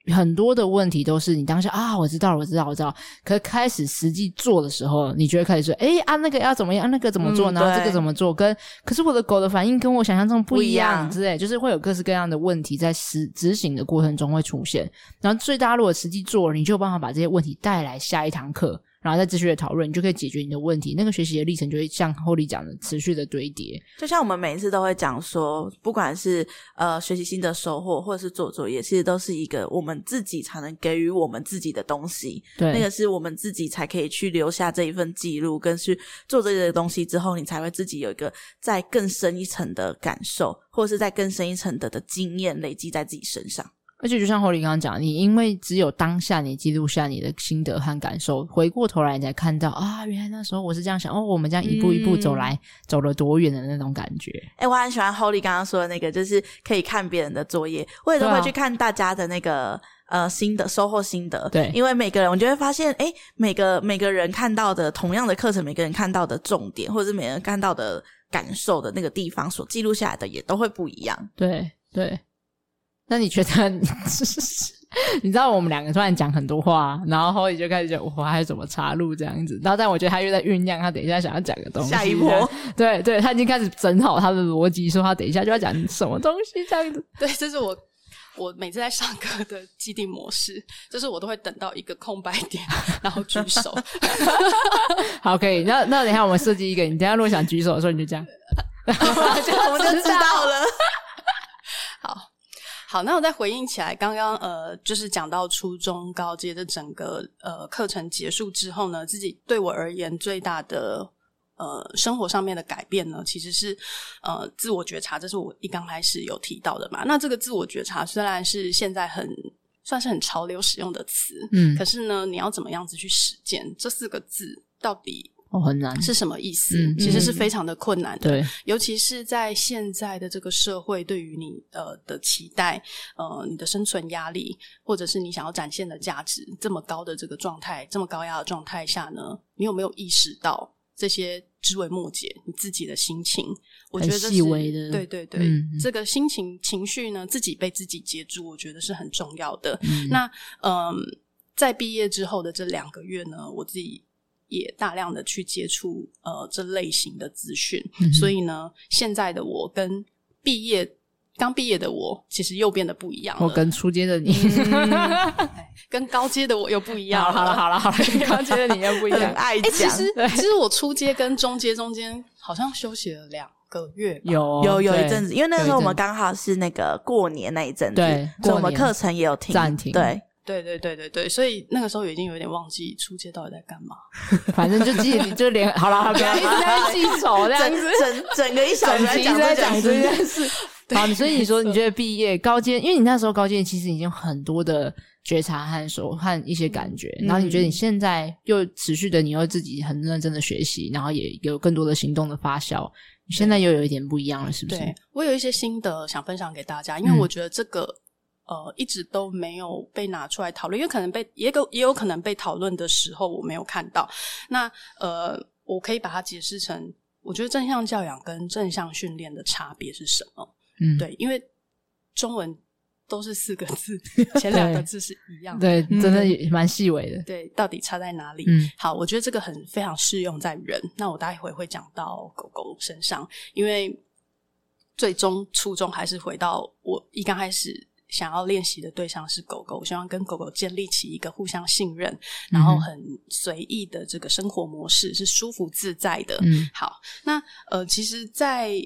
Speaker 2: 你很多的问题都是你当下啊，我知道了，我知道，我知道。可开始实际做的时候，你就会开始说，哎，啊那个要怎么样，啊那个怎么做，
Speaker 3: 嗯
Speaker 2: 然后这
Speaker 3: 对
Speaker 2: 个怎么做，跟可是我的狗的反应跟我想象中不一
Speaker 3: 不一
Speaker 2: 样
Speaker 3: 样
Speaker 2: 之类，就是会有各式各样的问题在实执行的过程中会出现。然后，所以大家如果实际做了，你就有办法把这些问题带来下一堂课。然后再继续的讨论，你就可以解决你的问题。那个学习的历程就会像 Holy 讲的，持续的堆叠。
Speaker 3: 就像我们每一次都会讲说，不管是呃学习新的收获，或者是做作业，其实都是一个我们自己才能给予我们自己的东西。
Speaker 2: 对，
Speaker 3: 那个是我们自己才可以去留下这一份记录，跟去做这个东西之后，你才会自己有一个再更深一层的感受，或者是再更深一层的的经验累积在自己身上。
Speaker 2: 而且就像侯里刚刚讲，你因为只有当下你记录下你的心得和感受，回过头来你才看到啊，原来那时候我是这样想哦，我们这样一步一步走来，
Speaker 3: 嗯
Speaker 2: 走了多远的那种感觉。
Speaker 3: 哎、我很喜欢 Holy 刚刚说的那个，就是可以看别人的作业，我也都
Speaker 2: 对
Speaker 3: 会
Speaker 2: 啊
Speaker 3: 去看大家的那个。呃，心得收获心得，
Speaker 2: 对
Speaker 3: 因为每个人，我就会发现，哎，每个每个人看到的同样的课程，每个人看到的重点，或者是每个人看到的感受的那个地方，所记录下来的也都会不一样。
Speaker 2: 对对，那你觉得？ 你知道我们两个突然讲很多话，然后侯里就开始讲我还有怎么插入这样子，然后但我觉得他又在酝酿他等一下想要讲的东西。
Speaker 3: 下一
Speaker 2: 这样
Speaker 3: 波，
Speaker 2: 对对，他已经开始整好他的逻辑，说他等一下就要讲什么东西这样子。
Speaker 1: 对，这是我我每次在上课的既定模式，就是我都会等到一个空白点，然后举手。
Speaker 2: 好，可以。那那等一下我们设计一个，你等一下如果想举手的时候，你就这样。
Speaker 3: 我们就知道了。
Speaker 1: 好，那我再回应起来，刚刚呃，就是讲到初中高阶的整个呃课程结束之后呢，自己对我而言最大的呃生活上面的改变呢，其实是呃自我觉察，这是我一刚开始有提到的嘛。那这个自我觉察虽然是现在很算是很潮流使用的词，
Speaker 2: 嗯
Speaker 1: 可，是呢，你要怎么样子去实践这四个字到底
Speaker 2: 哦，很难，
Speaker 1: 是什么意思？
Speaker 2: 嗯
Speaker 1: 其实是非常的困难的，
Speaker 2: 对，
Speaker 1: 尤其是在现在的这个社会对于你呃的期待，呃，你的生存压力，或者是你想要展现的价值这么高的这个状态，这么高压的状态下呢，你有没有意识到这些枝微末节你自己的心情？我觉得这
Speaker 2: 很
Speaker 1: 是
Speaker 2: 细微的
Speaker 1: 对对对，
Speaker 2: 嗯嗯
Speaker 1: 这个心情情绪呢，自己被自己截住，我觉得是很重要的。
Speaker 2: 嗯
Speaker 1: 那嗯，在毕业之后的这两个月呢，我自己也大量的去接触呃这类型的资讯，
Speaker 2: 嗯哼
Speaker 1: 所以呢，现在的我跟毕业刚毕业的我，其实又变得不一样了，
Speaker 2: 我跟初阶的你，
Speaker 1: 跟高阶的我又不一样
Speaker 2: 好了嗯好了好了好 了，跟高阶的你又 不一
Speaker 3: 很
Speaker 2: 样。
Speaker 3: 爱
Speaker 1: 哎、其
Speaker 3: 讲。
Speaker 1: 实
Speaker 2: 对
Speaker 1: 其实我初阶跟中阶中间好像休息了两个月吧，
Speaker 2: 有哦
Speaker 3: 有有一
Speaker 2: 对
Speaker 3: 阵子，因为那个时候我们
Speaker 2: 有一阵子
Speaker 3: 刚好是那个过年那一阵子，
Speaker 2: 对
Speaker 3: 所以我
Speaker 2: 过
Speaker 3: 们
Speaker 2: 年
Speaker 3: 课程也有停
Speaker 2: 暂停
Speaker 3: 对，
Speaker 1: 对对对对对，所以那个时候已经有点忘记初阶到底在干嘛。
Speaker 2: 反正就记就连好了，好了不要一直在那边记仇这样
Speaker 3: 整
Speaker 2: 子。
Speaker 3: 整整个一小
Speaker 2: 整
Speaker 3: 时在
Speaker 2: 集
Speaker 3: 讲
Speaker 2: 都在
Speaker 3: 这
Speaker 2: 讲
Speaker 3: 件
Speaker 2: 这
Speaker 3: 事，
Speaker 2: 件事。 好，所以你说你觉得毕业高阶，因为你那时候高阶其实已经有很多的觉察和手和一些感觉，
Speaker 1: 嗯
Speaker 2: 然后你觉得你现在又持续的，你又自己很认真的学习，然后也有更多的行动的发酵，你现在又有一点不一样了，是不是？
Speaker 1: 对我有一些心得想分享给大家，因为
Speaker 2: 嗯
Speaker 1: 我觉得这个、呃一直都没有被拿出来讨论，因为可能被也有也有可能被讨论的时候我没有看到。那呃，我可以把它解释成，我觉得正向教养跟正向训练的差别是什么？
Speaker 2: 嗯，
Speaker 1: 对，因为中文都是四个 字，前两个字是一样的，
Speaker 2: 对，
Speaker 3: 嗯
Speaker 2: 真的也蛮细微的。
Speaker 1: 对，到底差在哪里？
Speaker 2: 嗯
Speaker 1: 好，我觉得这个很非常适用在人。那我待会会讲到狗狗身上，因为最终初衷还是回到我一刚开始想要练习的对象是狗狗，我希望跟狗狗建立起一个互相信任，然后很随意的这个生活模式是舒服自在的。
Speaker 2: 嗯
Speaker 1: 好，那呃，其实，在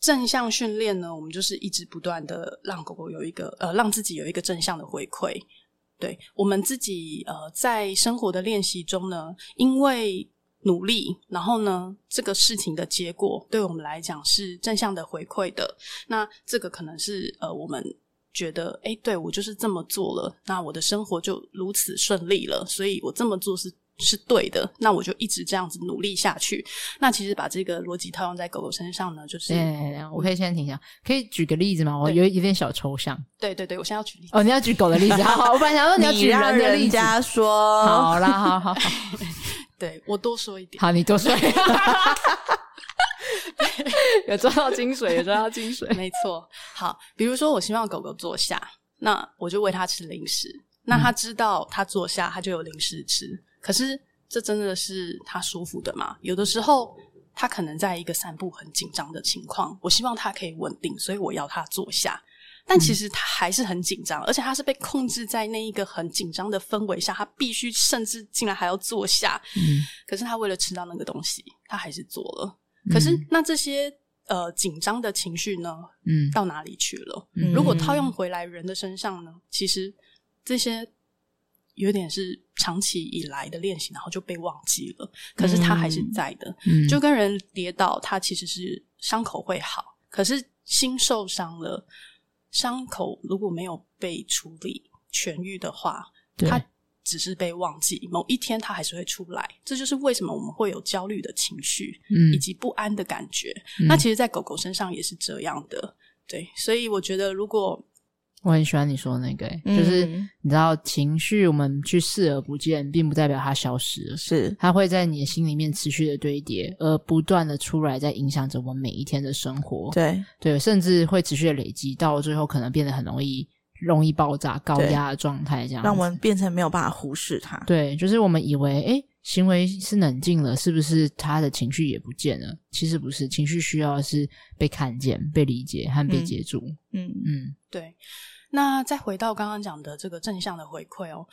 Speaker 1: 正向训练呢，我们就是一直不断的让狗狗有一个呃，让自己有一个正向的回馈。对我们自己呃，在生活的练习中呢，因为努力，然后呢，这个事情的结果对我们来讲是正向的回馈的。那这个可能是呃，我们觉得，哎，对我就是这么做了，那我的生活就如此顺利了，所以我这么做是是对的，那我就一直这样子努力下去。那其实把这个逻辑套用在狗狗身上呢，就是
Speaker 2: 对，对对我可以先停一下，可以举个例子吗？我有有点小抽象。
Speaker 1: 对对对，我现在要举例子。
Speaker 2: 哦，你要举狗的例子， 好，好我本来想说你要举
Speaker 3: 让
Speaker 2: 人的例
Speaker 3: 人
Speaker 2: 子。
Speaker 3: 家说，
Speaker 2: 好啦，好 好好，
Speaker 1: 对我多说一点。
Speaker 2: 好，你多说。 有抓到精髓，有抓到精 髓。
Speaker 1: 没错。好，比如说我希望狗狗坐下，那我就喂它吃零食。那
Speaker 2: 嗯
Speaker 1: 它知道它坐下，它就有零食吃。可是这真的是它舒服的吗？有的时候它可能在一个散步很紧张的情况，我希望它可以稳定，所以我要它坐下。但
Speaker 2: 嗯
Speaker 1: 其实它还是很紧张，而且它是被控制在那一个很紧张的氛围下，它必须甚至竟然还要坐下。
Speaker 2: 嗯
Speaker 1: 可是他为了吃到那个东西，他还是做了。可是
Speaker 2: 嗯
Speaker 1: 那这些呃紧张的情绪呢，
Speaker 2: 嗯
Speaker 1: 到哪里去了？
Speaker 2: 嗯
Speaker 1: 如果套用回来人的身上呢，其实这些有点是长期以来的练习，然后就被忘记了。可是他还是在的，
Speaker 2: 嗯
Speaker 1: 就跟人跌倒，他其实是伤口会好，可是心受伤了，伤口如果没有被处理痊愈的话，
Speaker 2: 对
Speaker 1: 它只是被忘记，某一天它还是会出来。这就是为什么我们会有焦虑的情绪，
Speaker 2: 嗯
Speaker 1: 以及不安的感觉。
Speaker 2: 嗯
Speaker 1: 那其实，在狗狗身上也是这样的。对，所以我觉得，如果
Speaker 2: 我很喜欢你说的那个、欸
Speaker 3: 嗯
Speaker 2: 就是你知道情绪，我们去视而不见，并不代表它消失了，
Speaker 3: 是
Speaker 2: 它会在你的心里面持续的堆叠，而不断的出来，在影响着我们每一天的生活。
Speaker 3: 对，
Speaker 2: 对，甚至会持续的累积，到最后可能变得很容易容易爆炸、高
Speaker 3: 对
Speaker 2: 压的状态，这样子。
Speaker 3: 让我们变成没有办法忽视它。
Speaker 2: 对，就是我们以为，哎，行为是冷静了，是不是他的情绪也不见了？其实不是，情绪需要的是被看见、被理解和被
Speaker 3: 嗯
Speaker 2: 接住。
Speaker 3: 嗯，
Speaker 2: 嗯
Speaker 1: 对，那再回到刚刚讲的这个正向的回馈哦，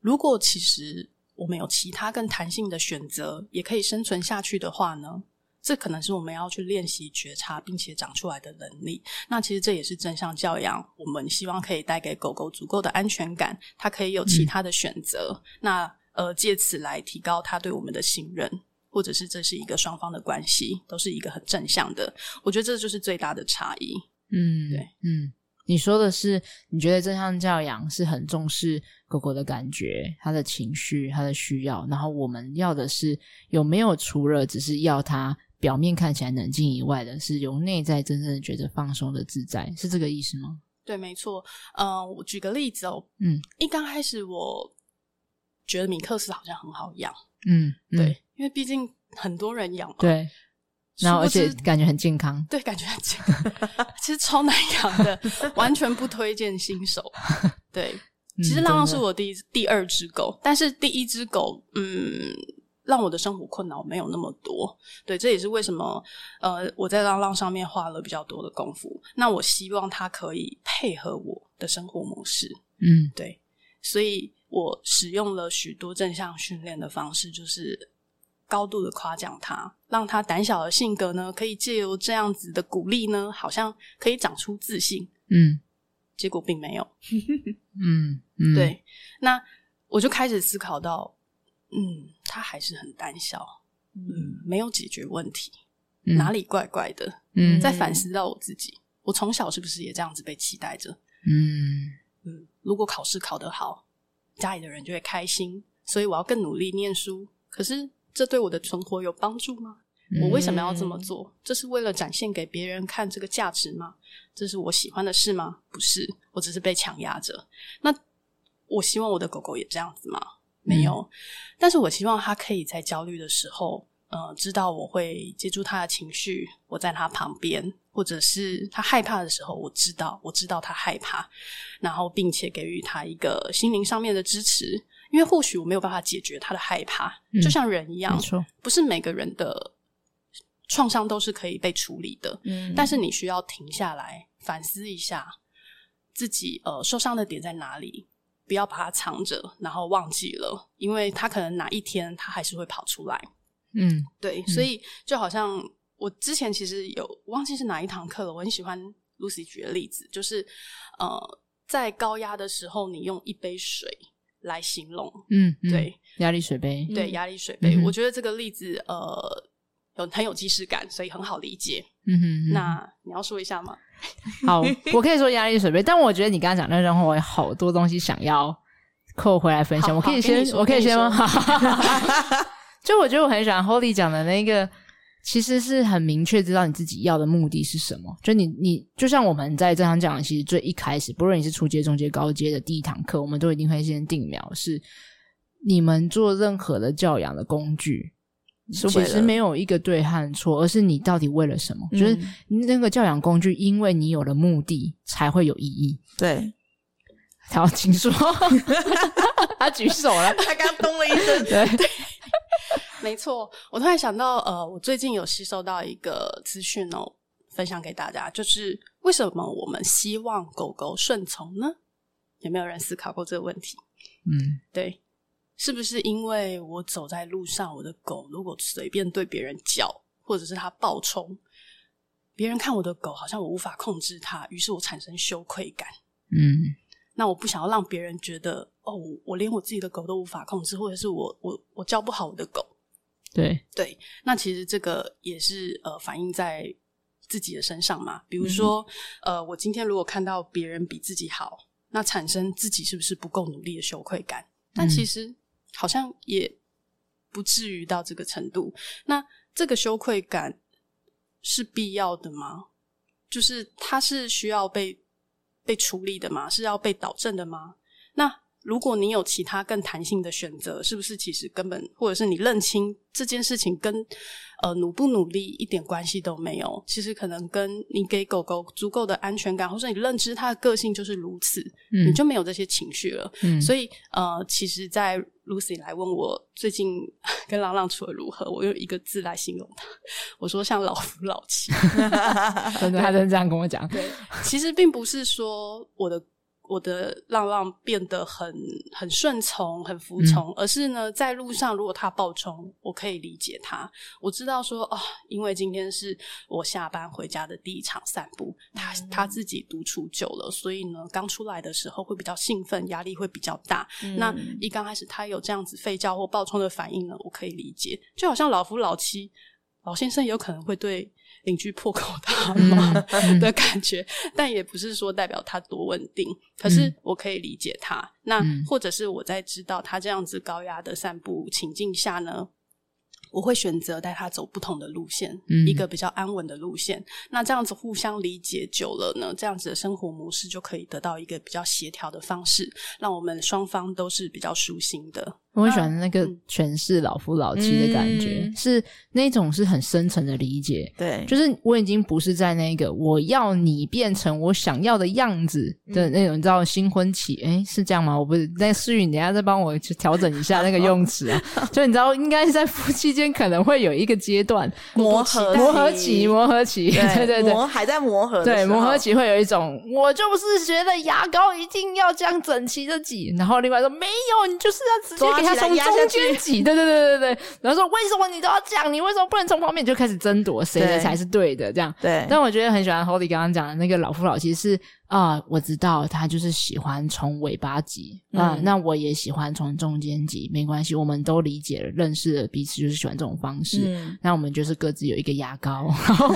Speaker 1: 如果其实我们有其他更弹性的选择，也可以生存下去的话呢？这可能是我们要去练习觉察，并且长出来的能力。那其实这也是正向教养，我们希望可以带给狗狗足够的安全感，它可以有其他的选择。那呃，借此来提高它对我们的信任，或者是这是一个双方的关系，都是一个很正向的。我觉得这就是最大的差异。
Speaker 2: 嗯，
Speaker 1: 对，
Speaker 2: 嗯，你说的是，你觉得正向教养是很重视狗狗的感觉、它的情绪、它的需要，然后我们要的是有没有除了只是要它表面看起来冷静以外的，是由内在真正的觉得放松的自在，是这个意思吗？
Speaker 1: 对，没错。嗯，我举个例子哦，
Speaker 2: 嗯
Speaker 1: 一刚开始我觉得米克斯好像很好养，
Speaker 2: 嗯，嗯
Speaker 1: 对，因为毕竟很多人养嘛，，
Speaker 2: 对，然后而且
Speaker 1: 殊不知
Speaker 2: 感觉很健康，
Speaker 1: 对，感觉很强， 其实超难养的，完全不推荐新手。 对，
Speaker 2: 嗯
Speaker 1: 其实浪浪是
Speaker 2: 真的
Speaker 1: 我第一第二只狗，但是第一只狗，嗯，让我的生活困扰没有那么多。对，这也是为什么呃我在浪浪上面花了比较多的功夫。那我希望它可以配合我的生活模式，
Speaker 2: 嗯
Speaker 1: 对，所以我使用了许多正向训练的方式，就是高度的夸奖他，让他胆小的性格呢，可以借由这样子的鼓励呢，好像可以长出自信。
Speaker 2: 嗯
Speaker 1: 结果并没有。
Speaker 2: 嗯嗯，，
Speaker 1: 对，那我就开始思考到，嗯，他还是很胆小，嗯，没有解决问题，
Speaker 2: 嗯
Speaker 1: 哪里怪怪的？
Speaker 2: 嗯
Speaker 1: 再反思到我自己，我从小是不是也这样子被期待着？
Speaker 2: 嗯
Speaker 1: 嗯，如果考试考得好，家里的人就会开心，所以我要更努力念书。可是这对我的存活有帮助吗？
Speaker 2: 嗯
Speaker 1: 我为什么要这么做？这是为了展现给别人看这个价值吗？这是我喜欢的事吗？不是，我只是被强压着。那我希望我的狗狗也这样子吗？没有，但是我希望它可以在焦虑的时候，呃，知道我会接住它的情绪，我在它旁边，或者是它害怕的时候，我知道，我知道它害怕，然后并且给予它一个心灵上面的支持，因为或许我没有办法解决它的害怕，
Speaker 2: 嗯
Speaker 1: 就像人一样
Speaker 2: 没，错，
Speaker 1: 不是每个人的创伤都是可以被处理的，
Speaker 3: 嗯
Speaker 1: 但是你需要停下来反思一下自己呃受伤的点在哪里，不要把它藏着，然后忘记了，因为它可能哪一天它还是会跑出来。
Speaker 2: 嗯
Speaker 1: 对，所以就好像我之前其实有我忘记是哪一堂课了，我很喜欢 Lucy 举的例子，就是呃在高压的时候，你用一杯水来形容，
Speaker 2: 嗯，嗯
Speaker 1: 对，，
Speaker 2: 压力水杯，
Speaker 1: 对
Speaker 3: 嗯
Speaker 1: 压力水杯，
Speaker 2: 嗯哼
Speaker 1: 我觉得这个例子呃有很有既视感，所以很好理解。
Speaker 2: 嗯哼，嗯
Speaker 1: 那你要说一下吗？
Speaker 2: 好，我可以说压力水杯，但我觉得你刚刚讲那段话，我有好多东西想要扣回来分享。
Speaker 1: 好
Speaker 2: 我可
Speaker 1: 好
Speaker 2: 以
Speaker 1: 跟
Speaker 2: 先
Speaker 1: 你，说
Speaker 2: 我可以先吗
Speaker 1: 跟你？
Speaker 2: 就我觉得我很喜欢 Holy 讲的那个，其实是很明确知道你自己要的目的是什么。就你，你就像我们在正常讲，其实最一开始，不论你是初阶、中阶、高阶的第一堂课，我们都一定会先定苗是你们做任何的教养的工具，
Speaker 3: 是
Speaker 2: 其
Speaker 3: 为
Speaker 2: 实
Speaker 3: 了
Speaker 2: 没有一个对和错，而是你到底为了什么？就是
Speaker 3: 嗯
Speaker 2: 那个教养工具，因为你有了目的，才会有意义。
Speaker 3: 对，
Speaker 2: 好，请说。 他举手了。
Speaker 3: 他刚咚了一声，
Speaker 2: 对，
Speaker 1: 没错，我突然想到，呃，我最近有吸收到一个资讯哦，分享给大家，就是为什么我们希望狗狗顺从呢？有没有人思考过这个问题？
Speaker 2: 嗯，
Speaker 1: 对，是不是因为我走在路上，我的狗如果随便对别人叫，或者是它暴冲，别人看我的狗好像我无法控制它，于是我产生羞愧感。
Speaker 2: 嗯，
Speaker 1: 那我不想要让别人觉得哦，我我连我自己的狗都无法控制，或者是我我我教不好我的狗。
Speaker 2: 对，
Speaker 1: 对，那其实这个也是呃反映在自己的身上嘛。比如说，呃，我今天如果看到别人比自己好，那产生自己是不是不够努力的羞愧感？但其实好像也不至于到这个程度。那这个羞愧感是必要的吗？就是它是需要被被处理的吗？是要被导正的吗？那如果你有其他更弹性的选择，是不是其实根本，或者是你认清这件事情跟呃努不努力一点关系都没有？其实可能跟你给狗狗足够的安全感，或者你认知它的个性就是如此，
Speaker 2: 嗯，
Speaker 1: 你就没有这些情绪了。
Speaker 2: 嗯，
Speaker 1: 所以呃，其实，在 Lucy 来问我最近跟浪浪处的如何，我用一个字来形容他，我说像老夫老妻。
Speaker 2: 以真的，他真的这样跟我讲。
Speaker 1: 对，其实并不是说我的我的浪浪变得很很顺从、很
Speaker 2: 嗯
Speaker 1: 服从，而是呢，在路上如果他暴冲，我可以理解他。我知道说哦，因为今天是我下班回家的第一场散步，他
Speaker 2: 嗯
Speaker 1: 他自己独处久了，所以呢，刚出来的时候会比较兴奋，压力会比较大。那
Speaker 2: 嗯
Speaker 3: 嗯
Speaker 1: 一刚开始他有这样子吠叫或暴冲的反应呢，我可以理解。就好像老夫老妻，老先生有可能会对邻居破口大骂
Speaker 2: 嗯嗯
Speaker 1: 的感觉，但也不是说代表他多稳定，可是
Speaker 2: 嗯
Speaker 1: 我可以理解他。那
Speaker 2: 嗯
Speaker 1: 或者是我在知道他这样子高压的散步情境下呢，我会选择带他走不同的路线，
Speaker 2: 嗯
Speaker 1: 一个比较安稳的路线。那这样子互相理解久了呢，这样子的生活模式就可以得到一个比较协调的方式，让我们双方都是比较舒心的。
Speaker 2: 我很喜欢那个
Speaker 1: 嗯
Speaker 2: 全是老夫老妻的感觉，
Speaker 3: 嗯
Speaker 2: 是那种是很深层的理解，
Speaker 3: 对，
Speaker 2: 就是我已经不是在那个我要你变成我想要的样子的那种，你知道新婚期，诶，是这样吗？我不是，那思雨，你等一下再帮我去调整一下那个用词 啊。就你知道，应该是在夫妻间可能会有一个阶段
Speaker 3: 磨合
Speaker 2: 磨合期，磨合期， 对对对。
Speaker 3: 磨还在磨合的时候，
Speaker 2: 对，磨合期会有一种，我就是觉得牙膏一定要这样整齐的挤，然后另外说没有，你就是要直接给它
Speaker 3: 抓
Speaker 2: 从
Speaker 3: 起来压下
Speaker 2: 中
Speaker 3: 去
Speaker 2: 间挤，对对对对对，然后说为什么你都要这样，你为什么不能从旁边你就开始争夺谁的
Speaker 3: 对
Speaker 2: 才是对的这样？
Speaker 3: 对，
Speaker 2: 但我觉得很喜欢 Holly 刚刚讲的那个老夫老妻是啊、我知道他就是喜欢从尾巴挤啊、
Speaker 3: 嗯
Speaker 2: 那我也喜欢从中间挤，没关系，我们都理解了，认识了彼此，就是喜欢这种方式。
Speaker 3: 嗯
Speaker 2: 那我们就是各自有一个牙膏，然 后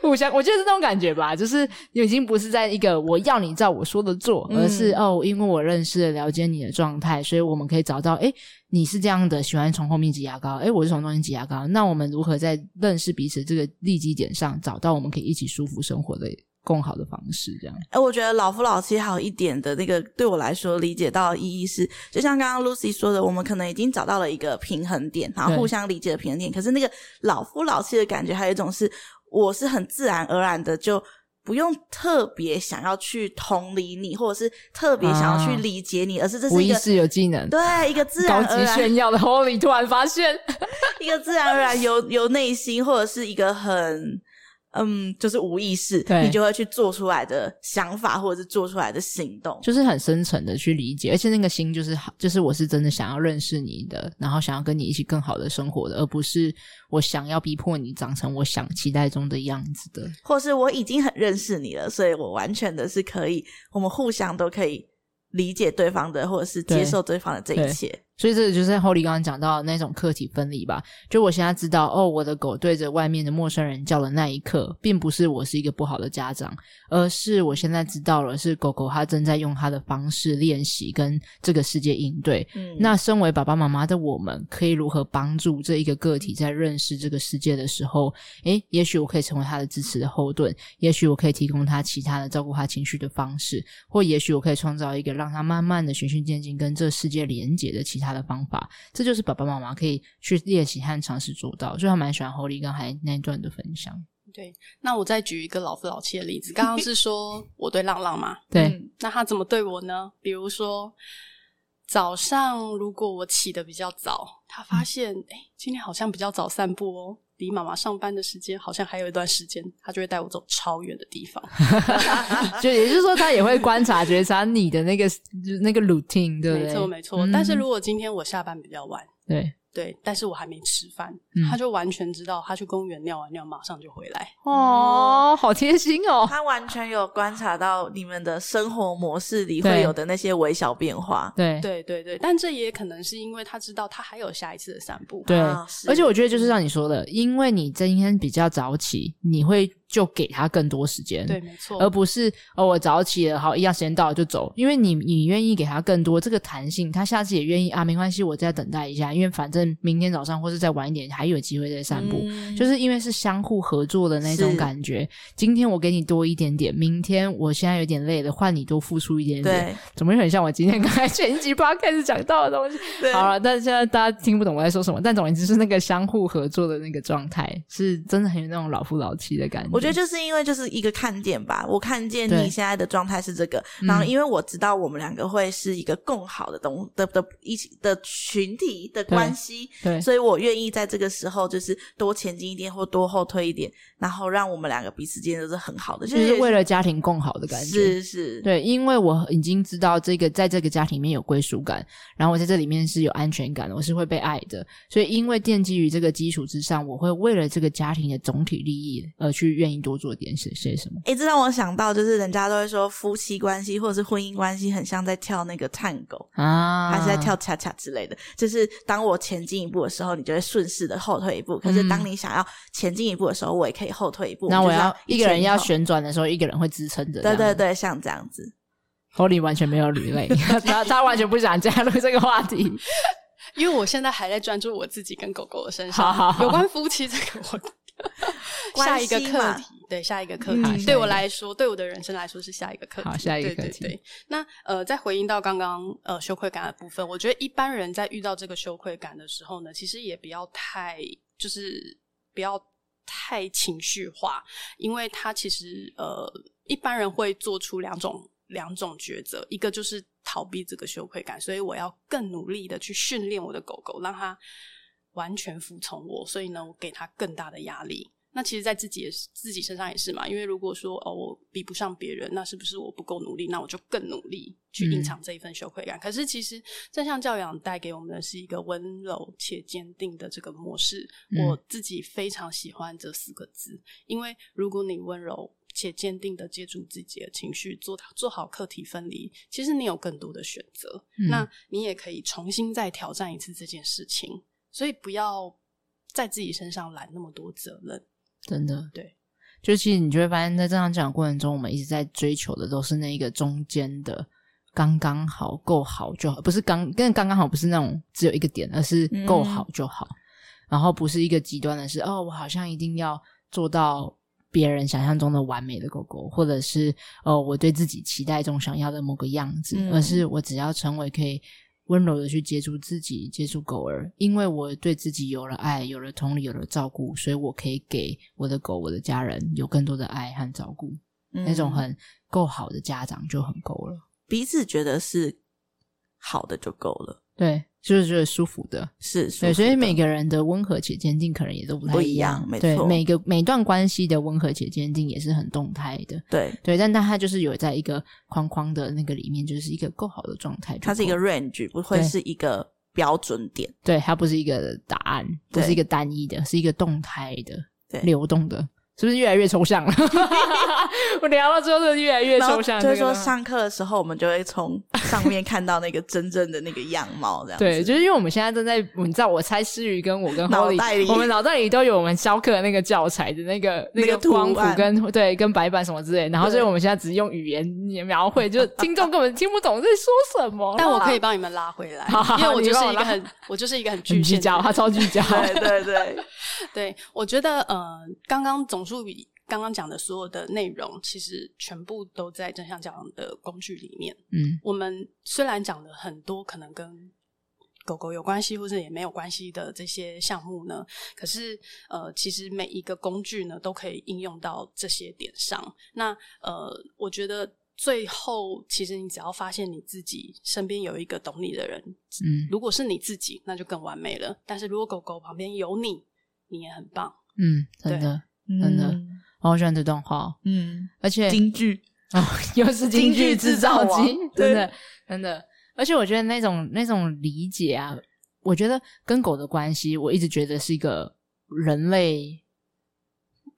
Speaker 2: 互相，我觉得是这种感觉吧，就是已经不是在一个我要你照我说的做，
Speaker 3: 嗯
Speaker 2: 而是哦，因为我认识了了解你的状态，所以我们可以找到，诶，你是这样的，喜欢从后面挤牙膏，诶，我是从中间挤牙膏，那我们如何在认识彼此这个利基点上，找到我们可以一起舒服生活的更好的方式？这样，
Speaker 3: 哎，我觉得老夫老妻还有一点的那个对我来说理解到的意义是，就像刚刚 Lucy 说的，我们可能已经找到了一个平衡点，然后
Speaker 2: 对
Speaker 3: 互相理解的平衡点。可是那个老夫老妻的感觉，还有一种是，我是很自然而然的就。不用特别想要去同理你，或者是特别想要去
Speaker 2: 啊
Speaker 3: 理解你，而是这
Speaker 2: 无
Speaker 3: 是一
Speaker 2: 意
Speaker 3: 个
Speaker 2: 识有技能，
Speaker 3: 对啊一个自
Speaker 2: 高
Speaker 3: 然而
Speaker 2: 级
Speaker 3: 然
Speaker 2: 炫耀的 Holly 突然发现，
Speaker 3: 一个自然而然由由内心，或者是一个很嗯，就是无意识，
Speaker 2: 对
Speaker 3: 你就会去做出来的想法，或者是做出来的行动。
Speaker 2: 就是很深层的去理解，而且那个心就是好，就是我是真的想要认识你的，然后想要跟你一起更好的生活的，而不是我想要逼迫你长成我想期待中的样子的。
Speaker 3: 或是我已经很认识你了，所以我完全的是可以，我们互相都可以理解对方的，或者是接受对方的这一切。
Speaker 2: 所以这个就是 Holly 刚刚讲到的那种客体分离吧。就我现在知道，哦，我的狗对着外面的陌生人叫的那一刻，并不是我是一个不好的家长，而是我现在知道了，是狗狗它正在用它的方式练习跟这个世界应对。
Speaker 3: 嗯
Speaker 2: 那身为爸爸妈妈的我们，可以如何帮助这一个个体在认识这个世界的时候，诶，也许我可以成为他的支持的后盾，也许我可以提供他其他的照顾他情绪的方式，或也许我可以创造一个让他慢慢的循序渐进跟这世界连接的其他的方法。这就是爸爸妈妈可以去练习和尝试做到。所以，还蛮喜欢 Holly 刚才那一段的分享。
Speaker 1: 对，那我再举一个老夫老妻的例子。刚刚是说我对浪浪嘛，
Speaker 2: 对，
Speaker 3: 嗯
Speaker 1: 那他怎么对我呢？比如说早上如果我起得比较早，他发现哎、诶今天好像比较早散步哦，离妈妈上班的时间好像还有一段时间，他就会带我走超远的地方。
Speaker 2: 就也就是说，他也会观察、觉察你的那个就是那个 routine，对不对？
Speaker 1: 没错没错。但是
Speaker 2: 嗯
Speaker 1: 如果今天我下班比较晚，
Speaker 2: 对，
Speaker 1: 对，但是我还没吃饭，
Speaker 2: 嗯
Speaker 1: 他就完全知道，他去公园尿完尿马上就回来。
Speaker 2: 哦，好贴心哦。
Speaker 3: 他完全有观察到你们的生活模式里
Speaker 2: 对
Speaker 3: 会有的那些微小变化。
Speaker 2: 对
Speaker 1: 对对对，但这也可能是因为他知道他还有下一次的散步。
Speaker 2: 对
Speaker 3: 啊是
Speaker 2: 而且我觉得就是像你说的，因为你今天比较早起，你会就给他更多时间，
Speaker 1: 对，，没错。
Speaker 2: 而不是哦我早起了，好一样时间到了就走，因为你你愿意给他更多这个弹性，他下次也愿意啊，没关系，我再等待一下，因为反正明天早上或是再晚一点还有机会再散步。
Speaker 3: 嗯
Speaker 2: 就是因为是相互合作的那种
Speaker 3: 是
Speaker 2: 感觉，今天我给你多一点点，明天我现在有点累了，换你多付出一点点，
Speaker 3: 对
Speaker 2: 怎么会很像我今天刚才前一集 podcast 讲到的东西？
Speaker 3: 对
Speaker 2: 好了，但是现在大家听不懂我在说什么，但总而言之是那个相互合作的那个状态，是真的很有那种老夫老妻的感觉。
Speaker 3: 我觉得就是因为就是一个看见吧，我看见
Speaker 2: 对
Speaker 3: 你现在的状态是这个，
Speaker 2: 嗯
Speaker 3: 然后因为我知道我们两个会是一个更好的东的的一起的群体的关系，
Speaker 2: 对
Speaker 3: 所以我愿意在这个时候就是多前进一点或多后退一点，然后让我们两个彼此间都是很好的，就
Speaker 2: 就是为
Speaker 3: 了
Speaker 2: 了家庭更好的感觉。
Speaker 3: 是是，
Speaker 2: 对，因为我已经知道这个在这个家庭里面有归属感，然后我在这里面是有安全感的，我是会被爱的。所以，因为奠基于这个基础之上，我会为了这个家庭的总体利益而去愿你多做点谁谁什么。
Speaker 3: 诶，这让我想到，就是人家都会说夫妻关系或者是婚姻关系很像在跳那个探狗，
Speaker 2: 啊，
Speaker 3: 还是在跳恰恰之类的。就是当我前进一步的时候，你就会顺势的后退一步；可是当你想要前进一步的时候，我也可以后退一步。
Speaker 2: 嗯那
Speaker 3: 我
Speaker 2: 我
Speaker 3: 们就是
Speaker 2: 要一个
Speaker 3: 前
Speaker 2: 人要
Speaker 3: 后，
Speaker 2: 旋转的时候，一个人会支撑着。
Speaker 3: 对对对，像这样子。
Speaker 2: ，Holly 完全没有 履累，他他完全不想加入这个话题。
Speaker 1: 因为我现在还在专注我自己跟狗狗的身
Speaker 2: 好
Speaker 1: 上。
Speaker 2: 好好
Speaker 1: 有关夫妻这个 我下一个
Speaker 3: 关系
Speaker 1: 课
Speaker 3: 嘛
Speaker 1: 题，对下一个课
Speaker 2: 嗯好
Speaker 1: 题，对
Speaker 2: 下一
Speaker 1: 我
Speaker 2: 个
Speaker 1: 来说，对我的人生来说是下一个课题。
Speaker 2: 好下一个课
Speaker 1: 对对
Speaker 2: 题
Speaker 1: 对那呃，再回应到刚刚呃羞愧感的部分，我觉得一般人在遇到这个羞愧感的时候呢，其实也不要太就是不要太情绪化，因为他其实呃一般人会做出两种两种抉择，一个就是逃避这个羞愧感，所以我要更努力的去训练我的狗狗，让它完全服从我，所以呢，我给它更大的压力。那其实，在自己也是自己身上也是嘛，因为如果说哦，我比不上别人，那是不是我不够努力？那我就更努力去隐藏这一份羞愧感。可是，其实正向教养带给我们的是一个温柔且坚定的这个模式。
Speaker 2: 嗯
Speaker 1: 我自己非常喜欢这四个字，因为如果你温柔且坚定的接住自己的情绪，做到做好课题分离，其实你有更多的选择，
Speaker 2: 嗯
Speaker 1: 那你也可以重新再挑战一次这件事情。所以不要在自己身上揽那么多责任。
Speaker 2: 真的，
Speaker 1: 对，
Speaker 2: 就其实你就会发现，在这样讲的过程中，我们一直在追求的都是那一个中间的刚刚好、够好就好，不是刚跟刚刚好，不是那种只有一个点，而是
Speaker 1: 嗯
Speaker 2: 够好就好。然后不是一个极端的是，哦，我好像一定要做到别人想象中的完美的狗狗，或者是哦，我对自己期待中想要的某个样子，
Speaker 3: 嗯
Speaker 2: 而是我只要成为可以温柔的去接触自己、接触狗儿，因为我对自己有了爱、有了同理、有了照顾，所以我可以给我的狗、我的家人有更多的爱和照顾。那种
Speaker 3: 嗯
Speaker 2: 很够好的家长就很够了，
Speaker 3: 彼此觉得是好的就够了，
Speaker 2: 对，就是觉得舒服的。
Speaker 3: 是舒服
Speaker 2: 对，
Speaker 3: 的。
Speaker 2: 所以每个人的温和且坚定可能也都不太
Speaker 3: 不
Speaker 2: 一
Speaker 3: 一样没
Speaker 2: 对，
Speaker 3: 错
Speaker 2: 每个每段关系的温和且坚定也是很动态的。
Speaker 3: 对，
Speaker 2: 对，但但它就是有在一个框框的那个里面，就是一个够好的状态就够。
Speaker 3: 它是一个 range，不会
Speaker 2: 哦对
Speaker 3: 是一个标准点。
Speaker 2: 对，它不是一个答案，不
Speaker 3: 对
Speaker 2: 是一个单一的，是一个动态的、
Speaker 3: 对
Speaker 2: 流动的，是不是越来越抽象了？ 我聊到最后是越来越
Speaker 3: 然后
Speaker 2: 抽象，
Speaker 3: 就是
Speaker 2: 这个
Speaker 3: 说，上课的时候，我们就会从上面看到那个真正的那个样貌，这样 子
Speaker 2: 对，就是因为我们现在正在，你知道，我猜诗雨跟我跟
Speaker 3: 脑
Speaker 2: Holly，
Speaker 3: 袋里
Speaker 2: 我们脑袋里都有我们教课的那个教材的那 个
Speaker 3: 那个
Speaker 2: 个光
Speaker 3: 图
Speaker 2: 谱
Speaker 3: 案
Speaker 2: 跟对跟白板什么之类的，然后所以
Speaker 3: 对
Speaker 2: 我们现在只用语言描绘，就是听众根本听不懂在说什么啦。
Speaker 1: 但我可以帮你们拉回来
Speaker 2: 好好，
Speaker 1: 因为我
Speaker 2: 你
Speaker 1: 就是
Speaker 2: 帮我
Speaker 1: 一个
Speaker 2: 拉
Speaker 1: 很，我就是一个很
Speaker 2: 很
Speaker 1: 具
Speaker 2: 聚
Speaker 1: 现
Speaker 2: 焦，他超聚焦。
Speaker 3: 对对对，
Speaker 1: 对，我觉得呃，刚刚总数比刚刚讲的所有的内容，其实全部都在正向教养的工具里面。
Speaker 2: 嗯，
Speaker 1: 我们虽然讲了很多可能跟狗狗有关系，或者也没有关系的这些项目呢，可是呃，其实每一个工具呢，都可以应用到这些点上。那呃，我觉得。最后，其实你只要发现你自己身边有一个懂你的人，
Speaker 2: 嗯
Speaker 1: 如果是你自己，那就更完美了。但是如果狗狗旁边有你，你也很棒。
Speaker 2: 嗯，真的，真的我好喜欢这段话哦，
Speaker 3: 嗯，
Speaker 2: 而且
Speaker 3: 京剧
Speaker 2: 哦，又是京
Speaker 3: 京剧
Speaker 2: 剧
Speaker 3: 制
Speaker 2: 制造
Speaker 3: 造王
Speaker 2: 机， 真的真的。而且我觉得那种那种理解啊，我觉得跟狗的关系，我一直觉得是一个人类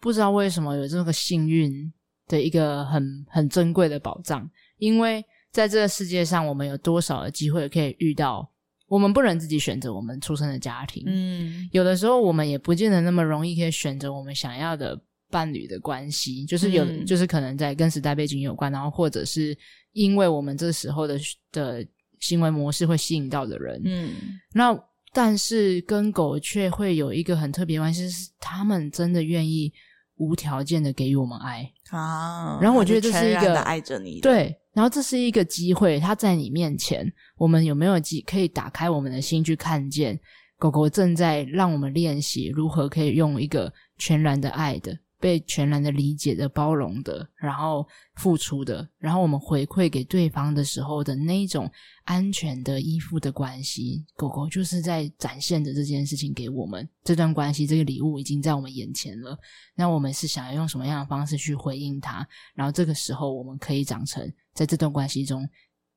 Speaker 2: 不知道为什么有这个幸运的一个很很珍贵的宝藏，因为在这个世界上，我们有多少的机会可以遇到，我们不能自己选择我们出生的家庭，
Speaker 3: 嗯
Speaker 2: 有的时候我们也不见得那么容易可以选择我们想要的伴侣的关系，就是有，
Speaker 3: 嗯
Speaker 2: 就是可能在跟时代背景有关，然后或者是因为我们这时候的的行为模式会吸引到的人，
Speaker 3: 嗯，
Speaker 2: 那但是跟狗却会有一个很特别的关系，是他们真的愿意无条件的给予我们爱，
Speaker 3: 啊，
Speaker 2: 然后我觉得这
Speaker 3: 它
Speaker 2: 是一
Speaker 3: 全然
Speaker 2: 个
Speaker 3: 的爱着你，，
Speaker 2: 对，然后这是一个机会，它在你面前，我们有没有机可以打开我们的心去看见狗狗正在让我们练习如何可以用一个全然的爱的、被全然的理解的、包容的，然后付出的，然后我们回馈给对方的时候的那一种安全的依附的关系，狗狗就是在展现着这件事情给我们，这段关系这个礼物已经在我们眼前了。那我们是想要用什么样的方式去回应它？然后这个时候我们可以长成在这段关系中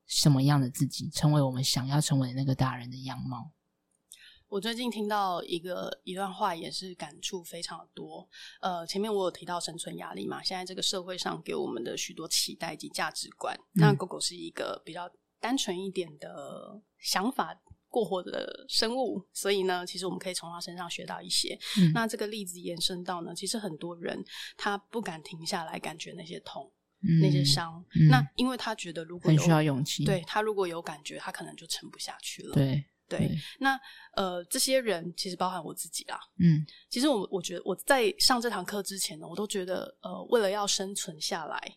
Speaker 2: 什么样的自己，成为我们想要成为的那个大人的样貌。
Speaker 1: 我最近听到一个一段话，也是感触非常的多。呃，前面我有提到生存压力嘛，现在这个社会上给我们的许多期待及价值观，
Speaker 2: 嗯
Speaker 1: 那狗狗是一个比较单纯一点的想法过活的生物，所以呢，其实我们可以从它身上学到一些。
Speaker 2: 嗯
Speaker 1: 那这个例子延伸到呢，其实很多人他不敢停下来感觉那些痛、那些伤，
Speaker 2: 嗯
Speaker 1: 那因为他觉得如果
Speaker 2: 很
Speaker 1: 有
Speaker 2: 需要勇气，
Speaker 1: 对他如果有感觉，他可能就撑不下去了。
Speaker 2: 嗯对，
Speaker 1: 对
Speaker 2: 对
Speaker 1: 那呃，这些人其实包含我自己啦。
Speaker 2: 嗯
Speaker 1: 其实我我觉得我在上这堂课之前呢，我都觉得呃，为了要生存下来，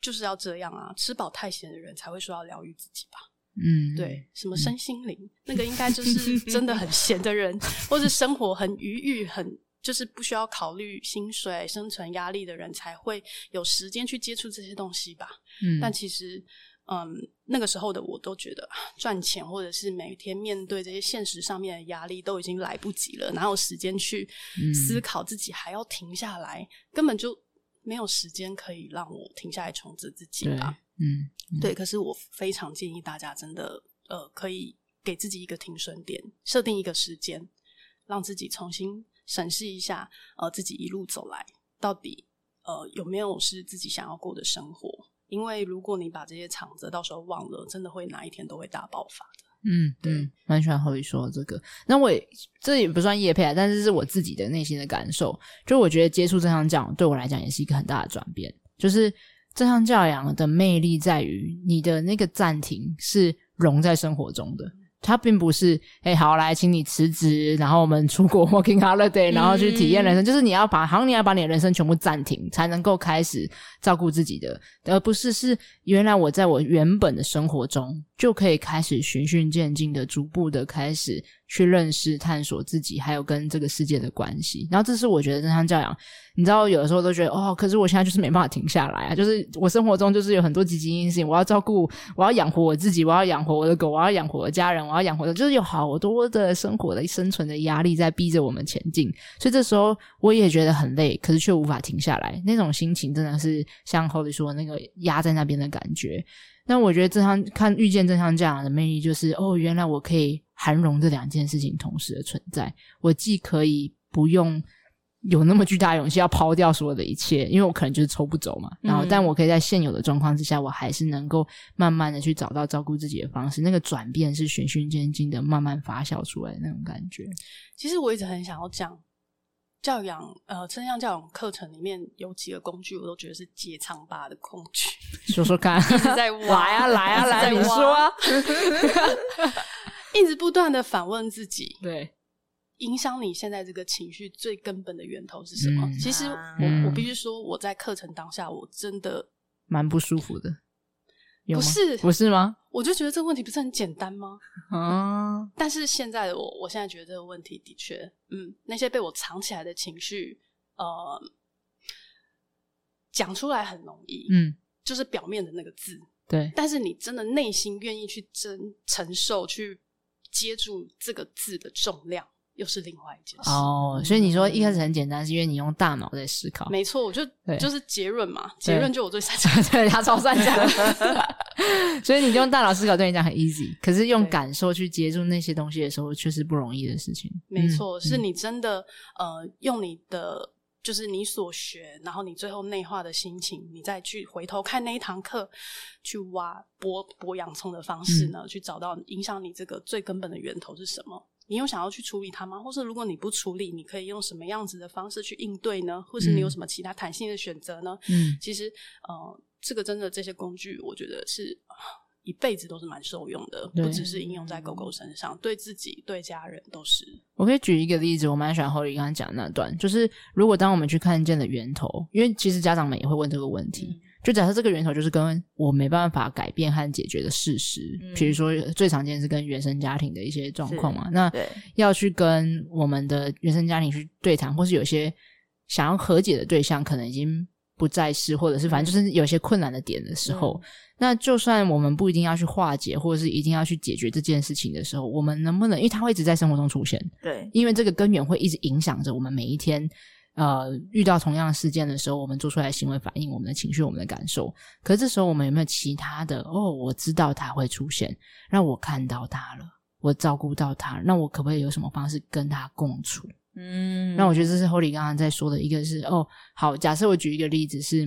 Speaker 1: 就是要这样啊，吃饱太闲的人才会说要疗愈自己吧。
Speaker 2: 嗯，
Speaker 1: 对，什么身心灵，那个应该就是真的很闲的人，或是生活很愉悦、很就是不需要考虑薪水、生存压力的人，才会有时间去接触这些东西吧。
Speaker 2: 嗯，
Speaker 1: 但其实，嗯，那个时候的我都觉得啊赚钱或者是每天面对这些现实上面的压力都已经来不及了，哪有时间去
Speaker 2: 嗯
Speaker 1: 思考自己还要停下来？根本就没有时间可以让我停下来重置自己
Speaker 2: 对，
Speaker 1: 吧。
Speaker 2: 嗯
Speaker 1: 对，可是我非常建议大家真的呃，可以给自己一个停损点，设定一个时间，让自己重新审视一下，呃，自己一路走来到底呃有没有是自己想要过的生活。因为如果你把这些场子到时候忘了，真的会哪一天都会大爆发。
Speaker 2: 嗯，
Speaker 1: 对
Speaker 2: 嗯，蛮喜欢侯宇说的这个。那我也这也不算业配啊，但是是我自己的内心的感受。就我觉得接触正向教养对我来讲也是一个很大的转变，就是正向教养的魅力在于你的那个暂停是融在生活中的。它并不是，哎、好来，请你辞职，然后我们出国 working holiday，然后去体验人生。就是你要把，好像你要把你的人生全部暂停，才能够开始照顾自己的，而不是是原来我在我原本的生活中就可以开始循序渐进的、逐步的开始去认识、探索自己，还有跟这个世界的关系。然后这是我觉得正向教养，你知道，有的时候都觉得哦，可是我现在就是没办法停下来啊，就是我生活中就是有很多积极因性，我要照顾，我要养活我自己，我要养活我的狗，我要养活我的家人，我要养活的，就是有好多的生活的生存的压力在逼着我们前进。所以这时候我也觉得很累，可是却无法停下来，那种心情真的是像 Holly 说的那个压在那边的感觉。那我觉得正向看遇见正向教养的魅力就是，哦，原来我可以涵容这两件事情同时的存在，我既可以不用。有那么巨大的勇气要抛掉所有的一切，因为我可能就是抽不走嘛。然后，
Speaker 1: 嗯
Speaker 2: 但我可以在现有的状况之下，我还是能够慢慢的去找到照顾自己的方式。那个转变是循序渐进的，慢慢发酵出来的那种感觉。
Speaker 1: 其实我一直很想要讲教养，呃，正向教养课程里面有几个工具，我都觉得是解藏吧的工具。
Speaker 2: 说说看，
Speaker 1: 一直在挖
Speaker 2: 来啊来啊来，
Speaker 1: 一
Speaker 2: 你
Speaker 1: 直在挖
Speaker 2: 说啊，
Speaker 1: 一直不断的反问自己，
Speaker 2: 对，
Speaker 1: 影响你现在这个情绪最根本的源头是什么？
Speaker 2: 嗯
Speaker 1: 其实
Speaker 3: 啊
Speaker 1: 我我必须说，我在课程当下，我真的
Speaker 2: 蛮不舒服的，有
Speaker 1: 不
Speaker 2: 吗？
Speaker 1: 是，
Speaker 2: 不是 吗？
Speaker 1: 我就觉得这个问题不是很简单吗？
Speaker 2: 啊，
Speaker 1: 但是现在的我，我现在觉得这个问题的确，嗯，那些被我藏起来的情绪，呃，讲出来很容易，，
Speaker 2: 嗯，
Speaker 1: 就是表面的那个字，
Speaker 2: 对，
Speaker 1: 但是你真的内心愿意去真承受、去接住这个字的重量，又是另外一件事。
Speaker 2: 哦，所以你说一开始很简单，是因为你用大脑在思考，
Speaker 1: 没错，我就
Speaker 2: 对
Speaker 1: 就是结论嘛，
Speaker 2: 对。
Speaker 1: 结论就我最擅长
Speaker 2: 对他超擅长， 所以你用大脑思考对你讲很 easy，可是用
Speaker 1: 对
Speaker 2: 感受去接触那些东西的时候，却是不容易的事情。
Speaker 1: 没错，
Speaker 2: 嗯
Speaker 1: 是你真的呃，用你的就是你所学，然后你最后内化的心情，你再去回头看那一堂课，去挖剥剥洋葱的方
Speaker 2: 嗯
Speaker 1: 式呢，去找到影响你这个最根本的源头是什么。你有想要去处理它吗？或是如果你不处理，你可以用什么样子的方式去应对呢？或是你有
Speaker 2: 嗯
Speaker 1: 什么其他弹性的选择呢？
Speaker 2: 嗯
Speaker 1: 其实，呃，这个真的这些工具，我觉得是啊一辈子都是蛮受用的，
Speaker 2: 对嗯
Speaker 1: 不只是应用在狗狗身上，对自己、对家人都是。
Speaker 2: 我可以举一个例子，我蛮喜欢侯宇刚刚讲的那段，就是如果当我们去看见的源头，因为其实家长们也会问这个问题，
Speaker 3: 嗯
Speaker 2: 就假设这个源头就是跟我没办法改变和解决的事实，
Speaker 3: 嗯
Speaker 2: 比如说最常见是跟原生家庭的一些状况嘛，那
Speaker 3: 对，
Speaker 2: 要去跟我们的原生家庭去对谈，或是有些想要和解的对象可能已经不在世，或者是反正
Speaker 3: 嗯
Speaker 2: 就是有些困难的点的时候，那就算我们不一定要去化解，或者是一定要去解决这件事情的时候，我们能不能，因为它会一直在生活中出现，
Speaker 3: 对，
Speaker 2: 因为这个根源会一直影响着我们每一天。呃，遇到同样的事件的时候，我们做出来的行为反应、我们的情绪、我们的感受，可是这时候我们有没有其他的？哦，我知道它会出现，让我看到它了，我照顾到它，那我可不可以有什么方式跟它共处？
Speaker 3: 嗯
Speaker 2: 那我觉得这是 Holly 刚刚在说的，一个是哦，好，假设我举一个例子是，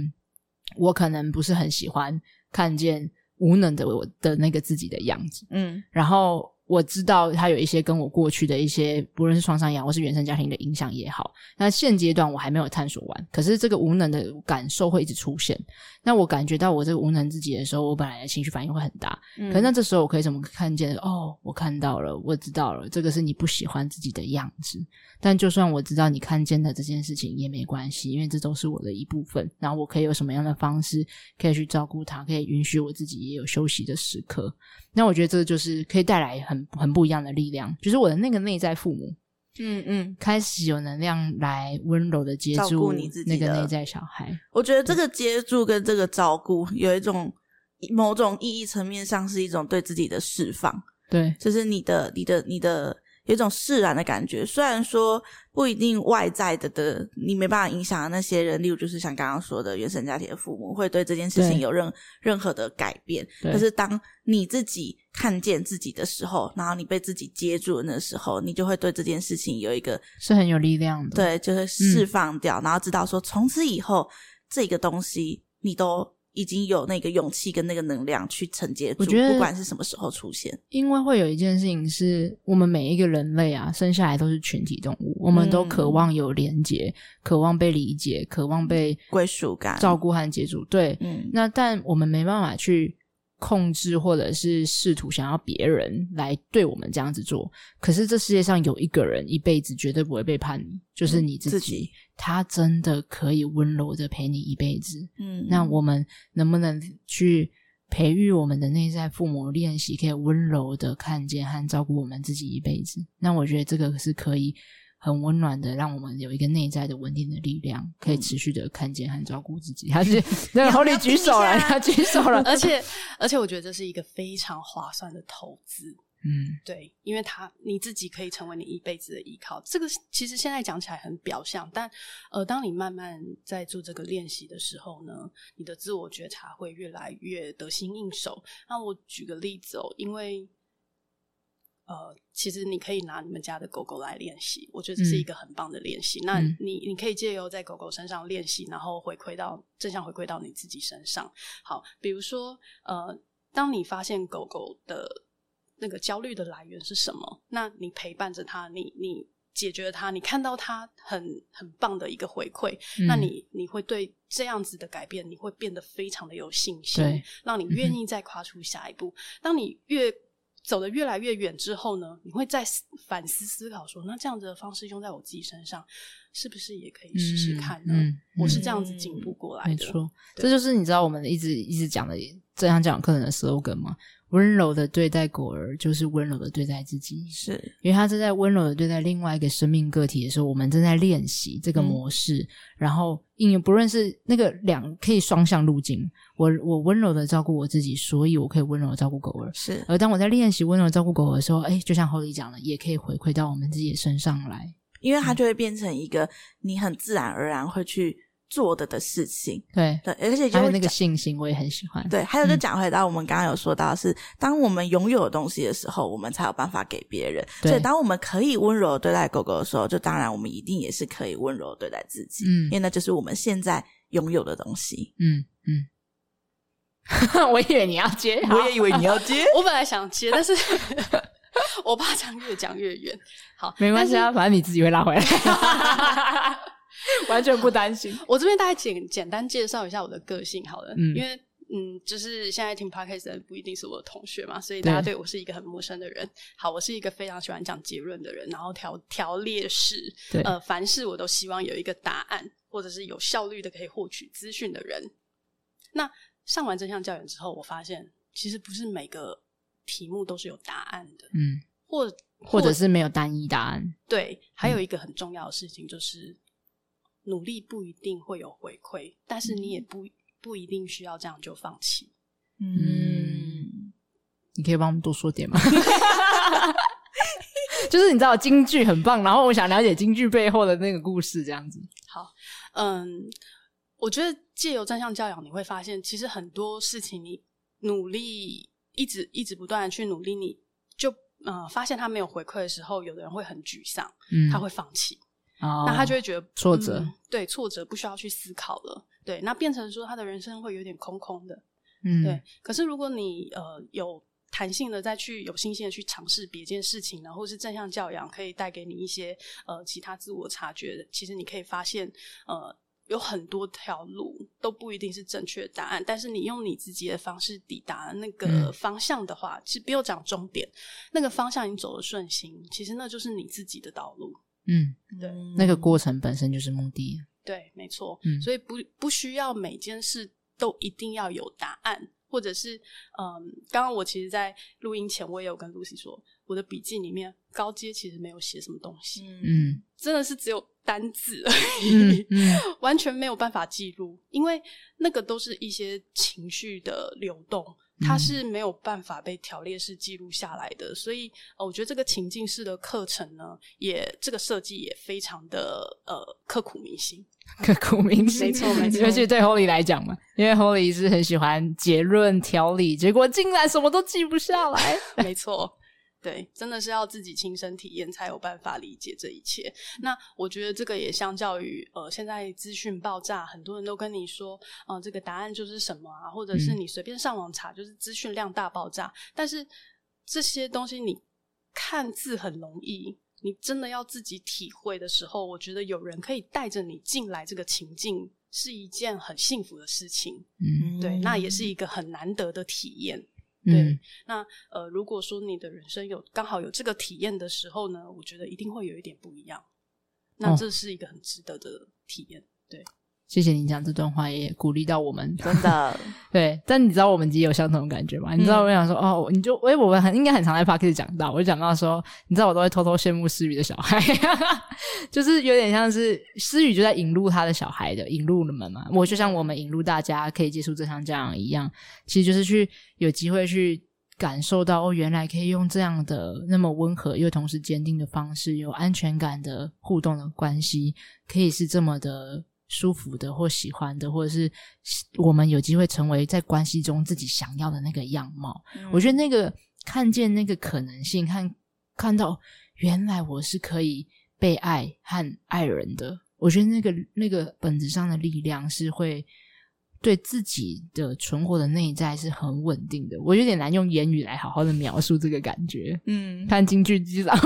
Speaker 2: 我可能不是很喜欢看见无能的我的那个自己的样子，
Speaker 3: 嗯
Speaker 2: 然后我知道他有一些跟我过去的一些，不论是创伤也好，或是原生家庭的影响也好，那现阶段我还没有探索完，可是这个无能的感受会一直出现。那我感觉到我这个无能自己的时候，我本来的情绪反应会很大，
Speaker 3: 嗯
Speaker 2: 可是那这时候我可以怎么看见？哦，我看到了，我知道了，这个是你不喜欢自己的样子。但就算我知道你看见的这件事情也没关系，因为这都是我的一部分。然后我可以有什么样的方式可以去照顾它，可以允许我自己也有休息的时刻。那我觉得这就是可以带来很很不一样的力量，就是我的那个内在父母
Speaker 3: 嗯嗯，
Speaker 2: 开始有能量来温柔的接
Speaker 3: 照
Speaker 2: 住
Speaker 3: 顾你自己
Speaker 2: 那个
Speaker 3: 的
Speaker 2: 内在小孩。
Speaker 3: 我觉得这个接住跟这个照顾有一种某种意义层面上是一种对自己的释放。
Speaker 2: 对，
Speaker 3: 就是你的、你的、你的有一种释然的感觉。虽然说不一定外在的的你没办法影响的那些人，例如就是像刚刚说的原生家庭的父母会对这件事情
Speaker 2: 对
Speaker 3: 有任任何的改变，
Speaker 2: 对
Speaker 3: 可是当你自己看见自己的时候，然后你被自己接住的那时候，你就会对这件事情有一个
Speaker 2: 是很有力量的。
Speaker 3: 对，就会释放掉，然后知道说从此以后这个东西你都。已经有那个勇气跟那个能量去承接住，
Speaker 2: 我觉得
Speaker 3: 不管是什么时候出现，
Speaker 2: 因为会有一件事情是我们每一个人类啊，生下来都是群体动物，我们都渴
Speaker 3: 嗯
Speaker 2: 望有连结，渴望被理解，渴望被
Speaker 3: 归属感
Speaker 2: 照顾和接住。对，
Speaker 3: 嗯，
Speaker 2: 那但我们没办法去控制，或者是试图想要别人来对我们这样子做。可是这世界上有一个人一辈子绝对不会背叛你，就是你自己。
Speaker 3: 嗯自己
Speaker 2: 他真的可以温柔的陪你一辈子。
Speaker 3: 嗯
Speaker 2: 那我们能不能去培育我们的内在父母，练习可以温柔的看见和照顾我们自己一辈子？那我觉得这个是可以很温暖的，让我们有一个内在的稳定的力量，可以持续的看见和照顾自己。他是那个
Speaker 3: 要不
Speaker 2: Holly
Speaker 3: 要
Speaker 2: 举手了，
Speaker 3: 听一下
Speaker 2: 他举手 了，
Speaker 1: 而 且而且我觉得这是一个非常划算的投资。
Speaker 2: 嗯，
Speaker 1: 对，因为他你自己可以成为你一辈子的依靠。这个其实现在讲起来很表象，但呃，当你慢慢在做这个练习的时候呢，你的自我觉察会越来越得心应手。那我举个例子哦，因为呃，其实你可以拿你们家的狗狗来练习，我觉得这是一个很棒的练习。那
Speaker 2: 嗯
Speaker 1: 你你可以借由在狗狗身上练习，然后回馈到正向回馈到你自己身上。好，比如说，呃，当你发现狗狗的那个焦虑的来源是什么，那你陪伴着它，你你解决了它，你看到它很很棒的一个回馈，那
Speaker 2: 嗯
Speaker 1: 你你会对这样子的改变，你会变得非常的有信心
Speaker 2: 对，嗯
Speaker 1: 让你愿意再跨出下一步。当你越走得越来越远之后呢，你会再思反思思考说，那这样子的方式用在我自己身上，是不是也可以试试看呢？
Speaker 2: 嗯嗯
Speaker 1: 我是这样子进步过来
Speaker 2: 没
Speaker 1: 的。
Speaker 2: 错，
Speaker 1: 对
Speaker 2: 这就是你知道我们一直一直讲的这样讲课程的 slogan 吗？温柔的对待狗儿，就是温柔的对待自己。
Speaker 3: 是
Speaker 2: 因为他正在温柔的对待另外一个生命个体的时候，我们正在练习这个模式，然后应用不论是那个两可以双向路径，我我温柔的照顾我自己，所以我可以温柔地照顾狗儿。
Speaker 3: 是，
Speaker 2: 而当我在练习温柔地照顾狗儿的时候，哎，就像 Holly 讲的，也可以回馈到我们自己的身上来。
Speaker 3: 因为
Speaker 2: 嗯
Speaker 3: 它就会变成一个你很自然而然会去做的的事情，
Speaker 2: 对，
Speaker 3: 对，而且就
Speaker 2: 还有
Speaker 3: 会
Speaker 2: 那个
Speaker 3: 讲
Speaker 2: 信心，我也很喜欢。
Speaker 3: 对，还有就
Speaker 2: 嗯
Speaker 3: 讲回到我们刚刚有说到的是，当我们拥有的东西的时候，我们才有办法给别人。
Speaker 2: 对
Speaker 3: 所以，当我们可以温柔地对待狗狗的时候，就当然我们一定也是可以温柔地对待自己，
Speaker 2: 嗯
Speaker 3: 因为那就是我们现在拥有的东西。
Speaker 2: 嗯嗯， 我以为你要接，好
Speaker 3: 也以为你要接，
Speaker 1: 我本来想接，但是 我怕这样越讲越远。好，
Speaker 2: 没关系
Speaker 1: 但
Speaker 2: 啊，
Speaker 1: 是。
Speaker 2: 反正你自己会拉回来， 完全不担心。
Speaker 1: 我这边大概简简单介绍一下我的个性好了，
Speaker 2: 嗯
Speaker 1: 因为嗯，就是现在听 podcast 的人不一定是我的同学嘛，所以大家
Speaker 2: 对
Speaker 1: 对我是一个很陌生的人。好，我是一个非常喜欢讲结论的人，然后条条列式，
Speaker 2: 对
Speaker 1: 呃，凡事我都希望有一个答案，或者是有效率的可以获取资讯的人。那上完真相教研之后，我发现其实不是每个题目都是有答案的，
Speaker 2: 嗯，
Speaker 1: 或
Speaker 2: 或者是没有单一答案。
Speaker 1: 对，还
Speaker 2: 嗯
Speaker 1: 有一个很重要的事情就是，努力不一定会有回馈，但是你也
Speaker 2: 嗯
Speaker 1: 不不一定需要这样就放弃。
Speaker 3: 嗯，
Speaker 2: 你可以帮我们多说点吗？ 就是你知道京剧很棒，然后我想了解京剧背后的那个故事，这样子。
Speaker 1: 嗯，我觉得借由正向教养，你会发现，其实很多事情你努力一直一直不断的去努力，你就呃发现他没有回馈的时候，有的人会很沮丧，
Speaker 2: 嗯，
Speaker 1: 他会放弃，
Speaker 2: 哦，
Speaker 1: 那他就会觉得
Speaker 2: 挫折
Speaker 1: 嗯对挫折不需要去思考了，对，那变成说他的人生会有点空空的，
Speaker 2: 嗯
Speaker 1: 对，，可是如果你呃有弹性的再去有新鲜的去尝试别件事情呢，然后是正向教养可以带给你一些呃其他自我察觉的，其实你可以发现呃有很多条路都不一定是正确的答案，但是你用你自己的方式抵达那个
Speaker 2: 嗯
Speaker 1: 方向的话，其实不用讲终点，那个方向你走的顺心，其实那就是你自己的道路。
Speaker 2: 嗯，
Speaker 1: 对
Speaker 3: 嗯
Speaker 2: 那个过程本身就是目的，
Speaker 1: 对，没错，
Speaker 2: 嗯
Speaker 1: 所以不不需要每件事都一定要有答案，或者是嗯，刚刚我其实，在录音前我也有跟 Lucy 说，我的笔记里面高阶其实没有写什么东西，
Speaker 3: 嗯
Speaker 2: 嗯
Speaker 1: 真的是只有单字而
Speaker 2: 嗯
Speaker 1: 已，
Speaker 2: 嗯
Speaker 1: 完全没有办法记录，因为那个都是一些情绪的流动。它
Speaker 2: 嗯
Speaker 1: 是没有办法被条列式记录下来的，所以、呃、我觉得这个情境式的课程呢，也这个设计也非常的呃刻苦铭心。
Speaker 2: 刻骨铭心，
Speaker 1: 没错没错
Speaker 2: 尤其对 Holy 来讲嘛，因为 Holy 是很喜欢结论条理，结果竟然什么都记不下来。
Speaker 1: 没错，对，真的是要自己亲身体验才有办法理解这一切。那我觉得这个也相较于呃，现在资讯爆炸，很多人都跟你说，呃，这个答案就是什么啊，或者是
Speaker 2: 嗯
Speaker 1: 你随便上网查，就是资讯量大爆炸。但是这些东西你看字很容易。你真的要自己体会的时候，我觉得有人可以带着你进来这个情境，是一件很幸福的事情。
Speaker 2: 嗯
Speaker 1: 对，那也是一个很难得的体验。
Speaker 2: 嗯
Speaker 1: 对，那呃，如果说你的人生有刚好有这个体验的时候呢，我觉得一定会有一点不一样。那
Speaker 2: 哦
Speaker 1: 这是一个很值得的体验。
Speaker 2: 谢谢你讲这段话，也鼓励到我们。
Speaker 3: 真的，
Speaker 2: 对，但你知道我们也有相同的感觉吗？你知道我想说，哦，你就，哎，我们很应该很常在 p a r k e 讲到，我就讲到说，你知道我都会偷偷羡慕思雨的小孩， 就是有点像是思雨就在引入他的小孩的，引入了们嘛。我就像我们引入大家可以接触这项教养一样，其实就是去有机会去感受到哦，原来可以用这样的那么温和又同时坚定的方式，有安全感的互动的关系，可以是这么的舒服的或喜欢的，或者是我们有机会成为在关系中自己想要的那个样貌。 我觉得那个看见那个可能性，看看到原来我是可以被爱和爱人的，我觉得那个那个本质上的力量是会对自己的存活的内在是很稳定的。我有点难用言语来好好的描述这个感觉。
Speaker 3: 嗯
Speaker 2: 看京剧机 长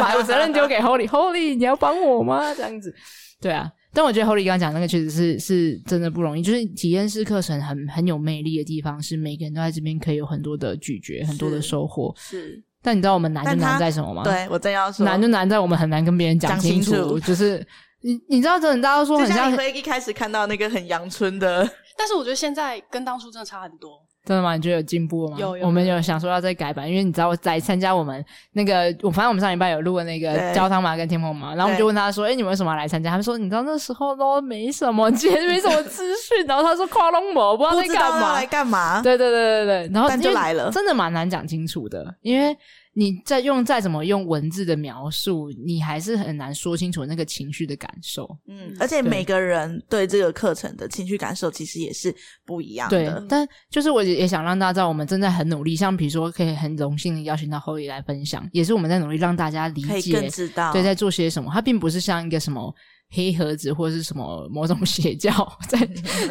Speaker 2: 把我责任丢给 Holy，Holy 你要帮我吗？这样子，对啊。但我觉得 Holy 刚刚讲那个确实是是真的不容易，就是体验式课程很很有魅力的地方是每个人都在这边可以有很多的咀嚼，很多的收获。
Speaker 3: 是，
Speaker 2: 但你知道我们难就
Speaker 3: 但
Speaker 2: 难
Speaker 3: 他
Speaker 2: 在什么吗？，
Speaker 3: 对我正要说，
Speaker 2: 难就难在我们很难跟别人
Speaker 3: 讲
Speaker 2: 清
Speaker 3: 清楚
Speaker 2: 就是你你知道，真的大家都说
Speaker 3: 就
Speaker 2: 很
Speaker 3: 像
Speaker 2: 像
Speaker 3: 你，会一开始看到那个很阳春的，
Speaker 1: 但是我觉得现在跟当初真的差很多。
Speaker 2: 真的吗？你觉得有进步了吗？
Speaker 1: 有有
Speaker 2: 我们有想说要再改版，因为你知道我在参加我们那个，我反正我们上礼拜有录了那个
Speaker 3: 对
Speaker 2: 焦糖玛跟天蓬嘛，然后我们就问他说：“哎、你们为什么要来参加？”他们说：“你知道那时候都没什么接，没什么资讯。”然后他说：“跨龙膜，不知道
Speaker 3: 不
Speaker 2: 在
Speaker 3: 知道
Speaker 2: 干
Speaker 3: 要
Speaker 2: 嘛
Speaker 3: 来。”干嘛？
Speaker 2: 对对对对对，然后
Speaker 3: 但
Speaker 2: 因
Speaker 3: 就
Speaker 2: 为
Speaker 3: 来了
Speaker 2: 真的蛮难讲清楚的，因为你再用再怎么用文字的描述，你还是很难说清楚那个情绪的感受。
Speaker 3: 嗯，而且每个人对这个课程的情绪感受其实也是不一样
Speaker 2: 对
Speaker 3: 的。，
Speaker 2: 但就是我也也想让大家知道，我们正在很努力，像比如说可以很荣幸的邀请到 Holly 来分享，也是我们在努力让大家理
Speaker 3: 可以更
Speaker 2: 解
Speaker 3: 知道，
Speaker 2: 对在做些什么。它并不是像一个什么黑盒子或者是什么某种邪教 在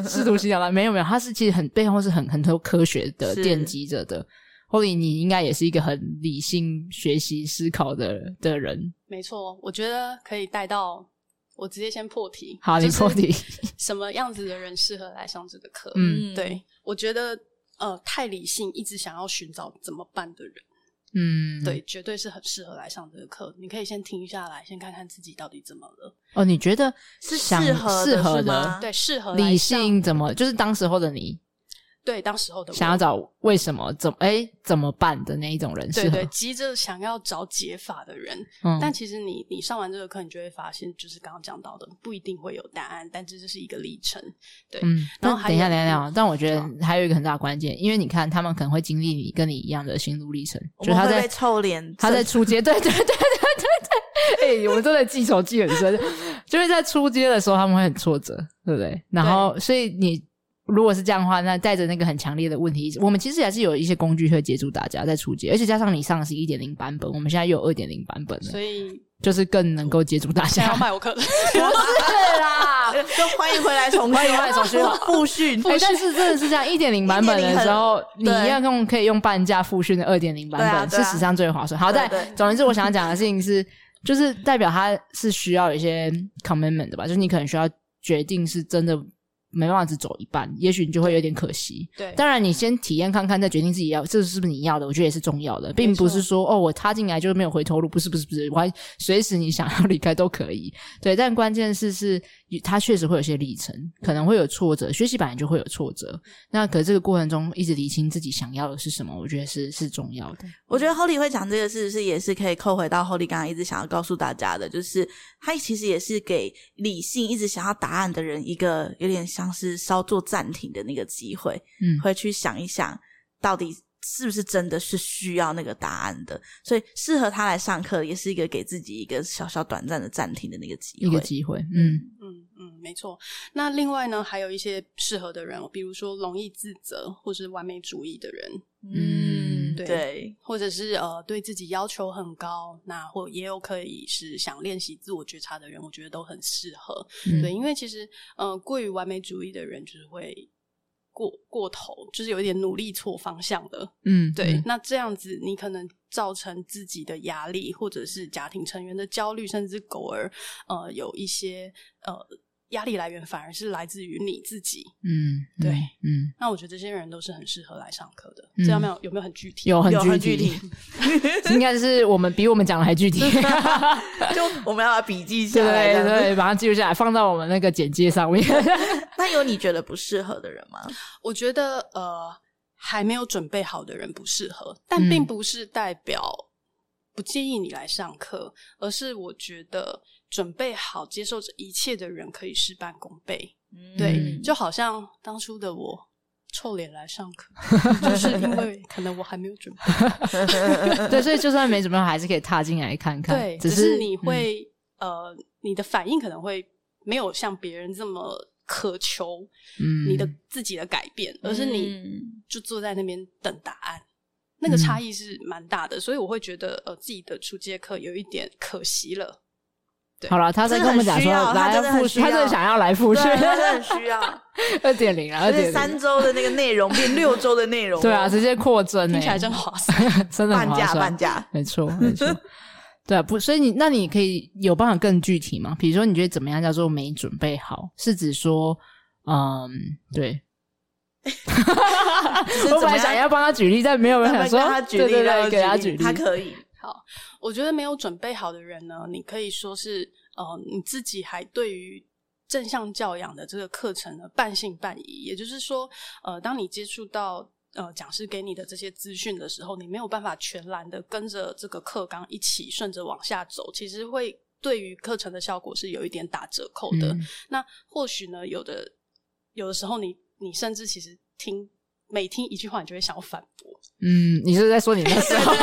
Speaker 2: 试图洗脑的，没有没有，它是其实很背后是很很多科学的
Speaker 3: 是
Speaker 2: 奠基着的。Holly，你应该也是一个很理性学习思考的的人。
Speaker 1: 没错，我觉得可以带到我直接先破题。
Speaker 2: 好，你
Speaker 1: 就是
Speaker 2: 破题，
Speaker 1: 什么样子的人适合来上这个课？
Speaker 2: 嗯
Speaker 1: 对，我觉得呃太理性，一直想要寻找怎么办的人，
Speaker 2: 嗯，
Speaker 1: 对，绝对是很适合来上这个课。你可以先停下来，先看看自己到底怎么了。
Speaker 2: 哦，你觉得
Speaker 3: 是
Speaker 2: 想
Speaker 3: 适合的
Speaker 2: 适合
Speaker 3: 是吗
Speaker 1: 对，适合来
Speaker 2: 理
Speaker 1: 上
Speaker 2: 性怎么就是当时候的你
Speaker 1: 对当时候的我
Speaker 2: 想要找为什么怎么哎怎么办的那一种人
Speaker 1: 对
Speaker 2: 适合
Speaker 1: 对，急着想要找解法的人，
Speaker 2: 嗯，
Speaker 1: 但其实你你上完这个课，你就会发现，就是刚刚讲到的，不一定会有答案，但这就是一个历程。
Speaker 2: 嗯，
Speaker 1: 然
Speaker 2: 但
Speaker 1: 后还
Speaker 2: 等一下，
Speaker 1: 有
Speaker 2: 等一下，
Speaker 1: 嗯
Speaker 2: 但我觉
Speaker 1: 好
Speaker 2: 得还有一个很大的关键，因为你看他们可能会经历你跟你一样的心路历程，
Speaker 3: 我
Speaker 2: 就
Speaker 3: 们
Speaker 2: 他
Speaker 3: 会
Speaker 2: 在
Speaker 3: 被臭脸，
Speaker 2: 他 在出街，对对对对对对对，哎、 我们真的记仇记很深，就是在出街的时候他们会很挫折，对不对？然后所以你如果是这样的话，那带着那个很强烈的问题，我们其实还是有一些工具会协助大家在出街，而且加上你上的是一点零版本，我们现在又有二点零版本了
Speaker 1: 所，以
Speaker 2: 就是更能够接触大
Speaker 1: 想
Speaker 2: 家
Speaker 1: 要。卖我课程，
Speaker 2: 不是啦，
Speaker 3: 就欢迎回来重
Speaker 2: 欢迎回来重修
Speaker 3: 复训。
Speaker 2: 哎、但是真的是这样，一点零版本的时候，你
Speaker 3: 很
Speaker 2: 要用可以用半价复训的二点零版本、
Speaker 3: 对啊对啊
Speaker 2: 是史上最划算。好，
Speaker 3: 对
Speaker 2: 但
Speaker 3: 对
Speaker 2: 总而言之，我想要讲的事情是，就是代表它是需要一些 commitment 的吧，就是你可能需要决定是真的没办法只走一半，也许你就会有点可惜。
Speaker 1: 对，
Speaker 2: 当然，你先体验看看，再决定自己要这是不是你要的，我觉得也是重要的，并不是说哦，我插进来就没有回头路，不是不是不是，我还随时你想要离开都可以。对，但关键是是它确实会有些历程，可能会有挫折，学习本来就会有挫折。那可这个过程中一直理清自己想要的是什么，我觉得是是重要的。
Speaker 3: 我觉得 Holly 会讲这个，是不是也是可以扣回到 Holly 刚刚一直想要告诉大家的，就是他其实也是给理性一直想要答案的人一个有点像是稍作暂停的那个机会，
Speaker 2: 嗯
Speaker 3: 会去想一想到底是不是真的是需要那个答案的，所以适合他来上课，也是一个给自己一个小小短暂的暂停的那个机
Speaker 2: 一
Speaker 3: 会
Speaker 2: 个。机会，嗯，
Speaker 1: 嗯嗯，没错。那另外呢，还有一些适合的人，比如说容易自责或是完美主义的人，
Speaker 2: 嗯
Speaker 1: 对
Speaker 3: 对。
Speaker 1: 或者是呃对自己要求很高，那或也有可以是想练习自我觉察的人，我觉得都很适合。
Speaker 2: 嗯
Speaker 1: 对，因为其实呃过于完美主义的人就是会过过头，就是有一点努力错方向的。
Speaker 2: 嗯，
Speaker 1: 对，
Speaker 2: 嗯
Speaker 1: 那这样子你可能造成自己的压力，或者是家庭成员的焦虑，甚至狗儿呃有一些呃压力来源，反而是来自于你自己。
Speaker 2: 嗯，
Speaker 1: 对
Speaker 2: 嗯，
Speaker 1: 那我觉得这些人都是很适合来上课的，
Speaker 2: 嗯
Speaker 1: 这样没有有没有很具体？
Speaker 2: 有很
Speaker 3: 有很
Speaker 2: 具
Speaker 3: 具
Speaker 2: 体，应该是我们比我们讲的 还具体。
Speaker 3: 就我们要把笔记下来。
Speaker 2: 对
Speaker 3: 这样子
Speaker 2: 对，把它记录下来，放到我们那个简介上面。
Speaker 3: 那有你觉得不适合的人吗？
Speaker 1: 我觉得呃还没有准备好的人不适合，但
Speaker 2: 嗯
Speaker 1: 并不是代表不建议你来上课，而是我觉得准备好接受这一切的人可以事半功倍。对，
Speaker 2: 嗯
Speaker 1: 就好像当初的我臭脸来上课，就是因为可能我还没有 准备。
Speaker 2: 对，所以就算没准备好，还是可以踏进来看看。
Speaker 1: 对，
Speaker 2: 只
Speaker 1: 只
Speaker 2: 是嗯
Speaker 1: 你会、呃，你的反应可能会没有像别人这么渴求
Speaker 2: 嗯
Speaker 1: 你的自己的改变，而是你
Speaker 3: 嗯
Speaker 1: 就坐在那边等答案。那个差异是蛮大的，所以我会觉得，呃，自己的初阶课有一点可惜了。对
Speaker 2: 好了，他在跟我们讲说
Speaker 3: 真的很需要
Speaker 2: 来
Speaker 3: 他真的很
Speaker 2: 复
Speaker 3: 需
Speaker 2: 训，
Speaker 3: 要
Speaker 2: 他真的想要来复训
Speaker 3: 对，真的很需要。
Speaker 2: 二点零啊，二
Speaker 3: 而
Speaker 2: 点
Speaker 3: 且三
Speaker 2: 零，，
Speaker 3: 周的那个内容变六周的内容 哦
Speaker 2: 对啊，直接扩增欸，
Speaker 1: 听起来真划算。
Speaker 2: 真的很
Speaker 3: 半
Speaker 2: 划
Speaker 3: 价
Speaker 2: 算
Speaker 3: 半，价。
Speaker 2: 没错没错。 对啊，不，所以你那你可以有办法更具体吗？比如说，你觉得怎么样叫做没准备好？是指说，嗯， 对，
Speaker 3: 就
Speaker 2: 我
Speaker 3: 是怎
Speaker 2: 本
Speaker 3: 么
Speaker 2: 来
Speaker 3: 样
Speaker 2: 想要帮他举例，但没有
Speaker 3: 让
Speaker 2: 人想说，
Speaker 3: 他举例，
Speaker 2: 对对
Speaker 3: 让
Speaker 2: 对，给他
Speaker 3: 举
Speaker 2: 举
Speaker 3: 例
Speaker 2: 例，
Speaker 3: 他 可以。
Speaker 1: 我觉得没有准备好的人呢，你可以说是呃，你自己还对于正向教养的这个课程呢半信半疑，也就是说，呃，当你接触到。呃，讲师给你的这些资讯的时候，你没有办法全然的跟着这个课纲一起顺着往下走，其实会对于课程的效果是有一点打折扣的。
Speaker 2: 嗯
Speaker 1: 那或许呢，有的有的时候你，你甚至其实听每听一句话，你就会想要反驳。
Speaker 2: 嗯，你是在说你那时候？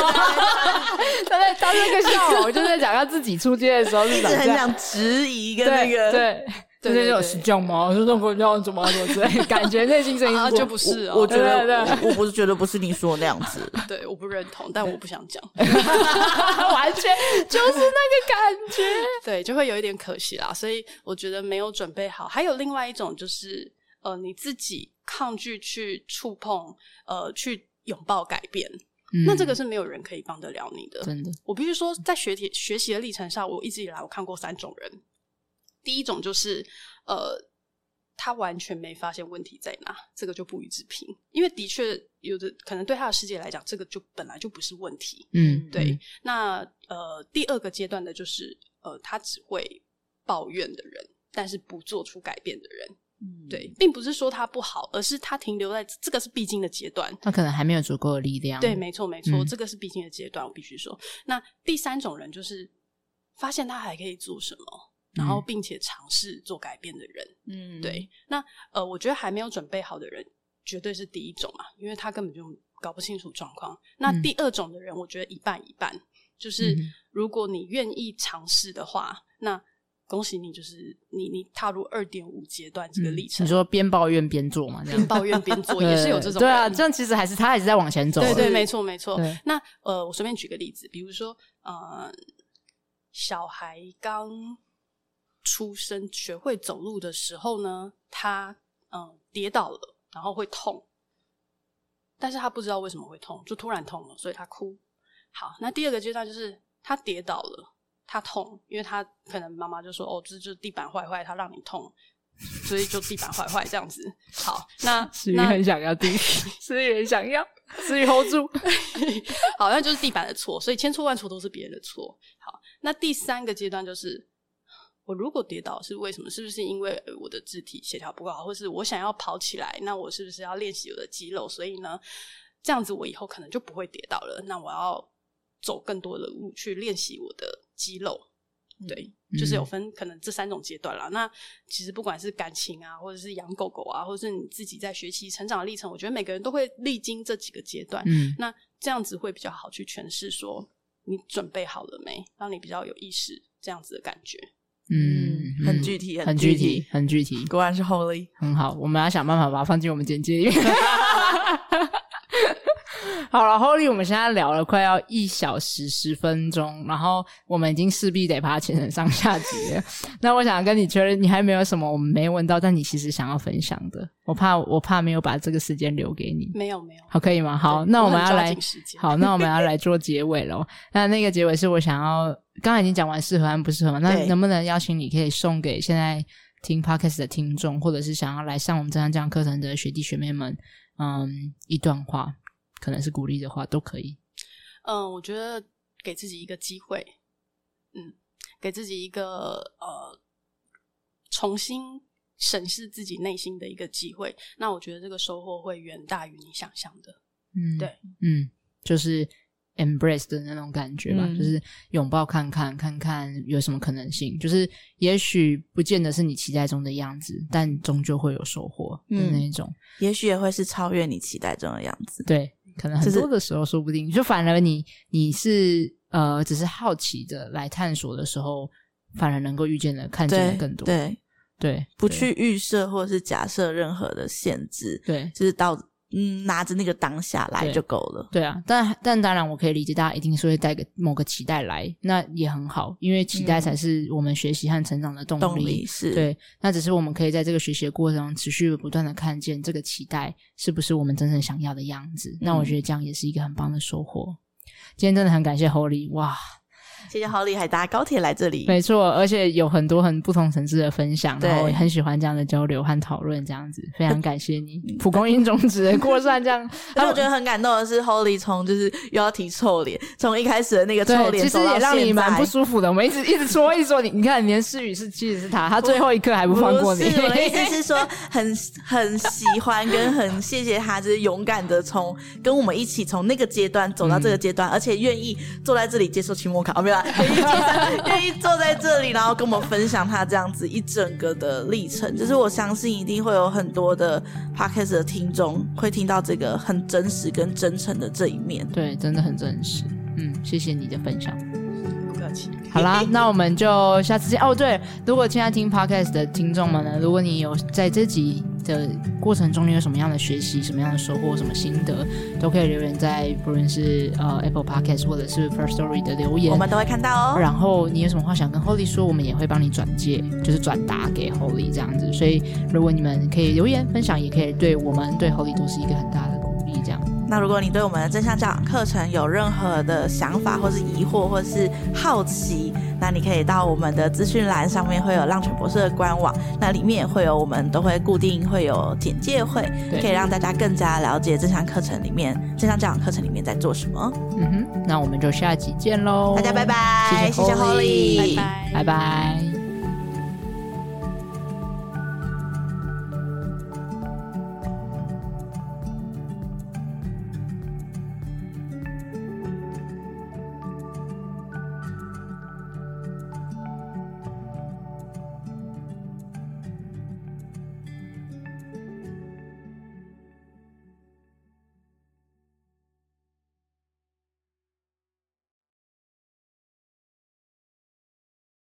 Speaker 2: 他在他那个笑，我就在讲他自己出街的时候是
Speaker 3: 一直
Speaker 2: 长
Speaker 3: 很
Speaker 2: 这样。
Speaker 3: 想质疑跟那
Speaker 2: 对
Speaker 3: 个，
Speaker 2: 对，
Speaker 1: 对
Speaker 2: 就是
Speaker 1: 对
Speaker 2: 有
Speaker 1: 对
Speaker 2: 是这样吗？就是那个叫怎么怎么之 类的，感觉内心声音
Speaker 1: 啊
Speaker 2: 是
Speaker 1: 就不是哦
Speaker 3: 我我觉
Speaker 2: 对对
Speaker 3: 得我我不是觉得不是你说的那样子，
Speaker 1: 对，我不认同，但我不想讲。
Speaker 2: 完全就是那个感觉。
Speaker 1: 对，就会有一点可惜啦。所以我觉得没有准备好。还有另外一种就是，呃，你自己抗拒去触碰，呃，去拥抱改变，那这个是没有人可以帮得了你的。
Speaker 2: 嗯真的，
Speaker 1: 我必须说，在学体学习的历程上，我一直以来我看过三种人。第一种就是，呃，他完全没发现问题在哪，这个就不予置评，因为的确有的可能对他的世界来讲，这个就本来就不是问题。
Speaker 2: 嗯，
Speaker 1: 对，那呃，第二个阶段的就是呃，他只会抱怨的人，但是不做出改变的人。
Speaker 3: 嗯
Speaker 1: 对，，并不是说他不好，而是他停留在这个是必经的阶段。
Speaker 2: 他可能还没有足够的力量。
Speaker 1: 对，没错，没错，
Speaker 2: 嗯
Speaker 1: 这个是必经的阶段，我必须说。那第三种人就是发现他还可以做什么，然
Speaker 2: 嗯
Speaker 1: 后并且尝试做改变的人。
Speaker 3: 嗯，
Speaker 1: 对，那呃，我觉得还没有准备好的人，绝对是第一种嘛，因为他根本就搞不清楚状况。那
Speaker 2: 嗯
Speaker 1: 第二种的人，我觉得一半一半，就是
Speaker 2: 嗯
Speaker 1: 如果你愿意尝试的话，那。恭喜你，就是你你踏入二点五阶段这个历程
Speaker 2: 嗯你，说边抱怨边做嘛，这样
Speaker 1: 边抱怨边做，
Speaker 2: 对
Speaker 1: 也是有这种
Speaker 2: 对啊，
Speaker 1: 人
Speaker 2: 这样其实还是他还是在往前走。啊
Speaker 1: 对对，
Speaker 3: 是
Speaker 1: 没错没错
Speaker 2: 对。
Speaker 1: 那呃，我随便举个例子，比如说呃，小孩刚出生学会走路的时候呢，他嗯、呃跌倒了，然后会痛，但是他不知道为什么会痛，就突然痛了，所以他哭。好，那第二个阶段就是他跌倒了，他痛，因为他可能妈妈就说哦，这就是地板坏坏，他让你痛。所以就地板坏坏这样子，好，那
Speaker 2: 思雨
Speaker 1: 那
Speaker 2: 很想要听，思雨很想要，思雨 hold 住。
Speaker 1: 好，那就是地板的错，所以千错万错都是别人的错。好，那第三个阶段就是，我如果跌倒是为什么？是不是因为呃我的肢体协调不好，或是我想要跑起来？那我是不是要练习我的肌肉？所以呢，这样子我以后可能就不会跌倒了。那我要走更多的路去练习我的肌肉。对，就是有分可能这三种阶段啦。那其实不管是感情啊，或者是养狗狗啊，或者是你自己在学习成长的历程，我觉得每个人都会历经这几个阶段。
Speaker 2: 嗯，
Speaker 1: 那这样子会比较好去诠释说你准备好了没，让你比较有意识这样子的感觉。
Speaker 2: 嗯
Speaker 3: 很具体
Speaker 2: 很
Speaker 3: 很
Speaker 2: 具
Speaker 3: 具
Speaker 2: 体
Speaker 3: 体，
Speaker 2: 很具体，
Speaker 3: 果然是 Holy。
Speaker 2: 很好。我们要想办法把它放进我们简介里面。好了，Holy，我们现在聊了快要一小时十分钟，然后我们已经势必得把它切成上下集了。那我想跟你确认，你还没有什么我们没问到，但你其实想要分享的，我怕我怕没有把这个时间留给你。
Speaker 1: 没有没有，
Speaker 2: 好，可以吗？好，
Speaker 1: 对
Speaker 2: 那
Speaker 1: 我
Speaker 2: 我们
Speaker 1: 很
Speaker 2: 要
Speaker 1: 抓
Speaker 2: 来
Speaker 1: 紧时，间
Speaker 2: 好，那我们要来做结尾了。那那个结尾是我想要，刚才已经讲完适合和不适合嘛，那
Speaker 3: 对
Speaker 2: 能不能邀请你可以送给现在听 podcast 的听众，或者是想要来上我们这堂这样课程的学弟学妹们，嗯，一段话，可能是鼓励的话都可以。
Speaker 1: 嗯，我觉得给自己一个机会，嗯，给自己一个呃重新审视自己内心的一个机会。那我觉得这个收获会远大于你想象的。
Speaker 2: 嗯，
Speaker 1: 对，
Speaker 2: 嗯，就是 embrace 的那种感觉吧，
Speaker 3: 嗯
Speaker 2: 就是拥抱看看，看看有什么可能性。就是也许不见得是你期待中的样子，但终究会有收获的
Speaker 3: 嗯
Speaker 2: 那一种。
Speaker 3: 也许也会是超越你期待中的样子。
Speaker 2: 对，可能很
Speaker 3: 就是
Speaker 2: 多的时候，说不定就反而你你是呃，只是好奇的来探索的时候，反而能够遇见的、看见的
Speaker 3: 对，
Speaker 2: 更多。
Speaker 3: 对，
Speaker 2: 对，
Speaker 3: 不
Speaker 2: 对
Speaker 3: 去预设或者是假设任何的限制，
Speaker 2: 对
Speaker 3: 就是到嗯拿着那个当下来
Speaker 2: 对
Speaker 3: 就够了。
Speaker 2: 对啊，但但当然，我可以理解大家一定是会带个某个期待来，那也很好，因为期待
Speaker 3: 嗯
Speaker 2: 才是我们学习和成长的动力。
Speaker 3: 动力是，
Speaker 2: 对，那只是我们可以在这个学习的过程中持续不断的看见这个期待是不是我们真正想要的样子。那我觉得这样也是一个很棒的收获。今天真的很感谢 Holy，哇，
Speaker 3: 谢谢好厉害，搭高铁来这里，
Speaker 2: 没错，而且有很多很不同层次的分享，
Speaker 3: 对
Speaker 2: 然后我也很喜欢这样的交流和讨论，这样子非 常感谢你，蒲公英种子的过山这样，
Speaker 3: 而且我觉得很感动的是，Holy 从就是又要提臭脸，从一开始的那个 臭
Speaker 2: 对，
Speaker 3: 脸
Speaker 2: 其实
Speaker 3: 走到
Speaker 2: 也
Speaker 3: 现在，
Speaker 2: 让你蛮不舒服的。我们一直一直说，一直说你，你看，连诗雨是其实是他，他最后一刻还不放过你。
Speaker 3: 不是我 的意思是说，很很喜欢跟很谢谢他，就是勇敢的从跟我们一起从那个阶段走到
Speaker 2: 嗯
Speaker 3: 这个阶段，而且愿意坐在这里接受期末考，啊没有啦，愿意接 受愿意坐在这里，然后跟我们分享他这样子一整个的历程。就是我相信一定会有很多的 podcast 的听众会听到这个很真实跟真诚的这一面。
Speaker 2: 对，真的很真实。嗯，谢谢你的分享。
Speaker 1: 不客气。
Speaker 2: 好啦，那我们就下次见。哦，对，如果现在听 podcast 的听众们呢，如果你有在这集的过程中，你有什么样的学习、什么样的收获、什么心得，都可以留言在不论是呃 Apple Podcast 或者是 First Story 的留言。
Speaker 3: 我们都会看到哦。
Speaker 2: 然后你有什么话想跟 Holy 说，我们也会帮你转介，就是转达给 Holy 这样子。所以如果你们可以留言分享，也可以对我们对 Holy 都是一个很大的鼓励。这样，
Speaker 3: 那如果你对我们的正向教养课程有任何的想法，或是疑惑，或是好奇，那你可以到我们的资讯栏上面会有浪犬博士的官网，那里面也会有我们都会固定会有简介会
Speaker 2: 对，
Speaker 3: 可以让大家更加了解正向课程里面正向教养课程里面在做什么。
Speaker 2: 嗯哼，那我们就下集见喽，
Speaker 3: 大家拜拜，
Speaker 2: 谢谢
Speaker 3: 谢谢 Holly，
Speaker 2: Holly
Speaker 1: 拜拜
Speaker 2: 拜拜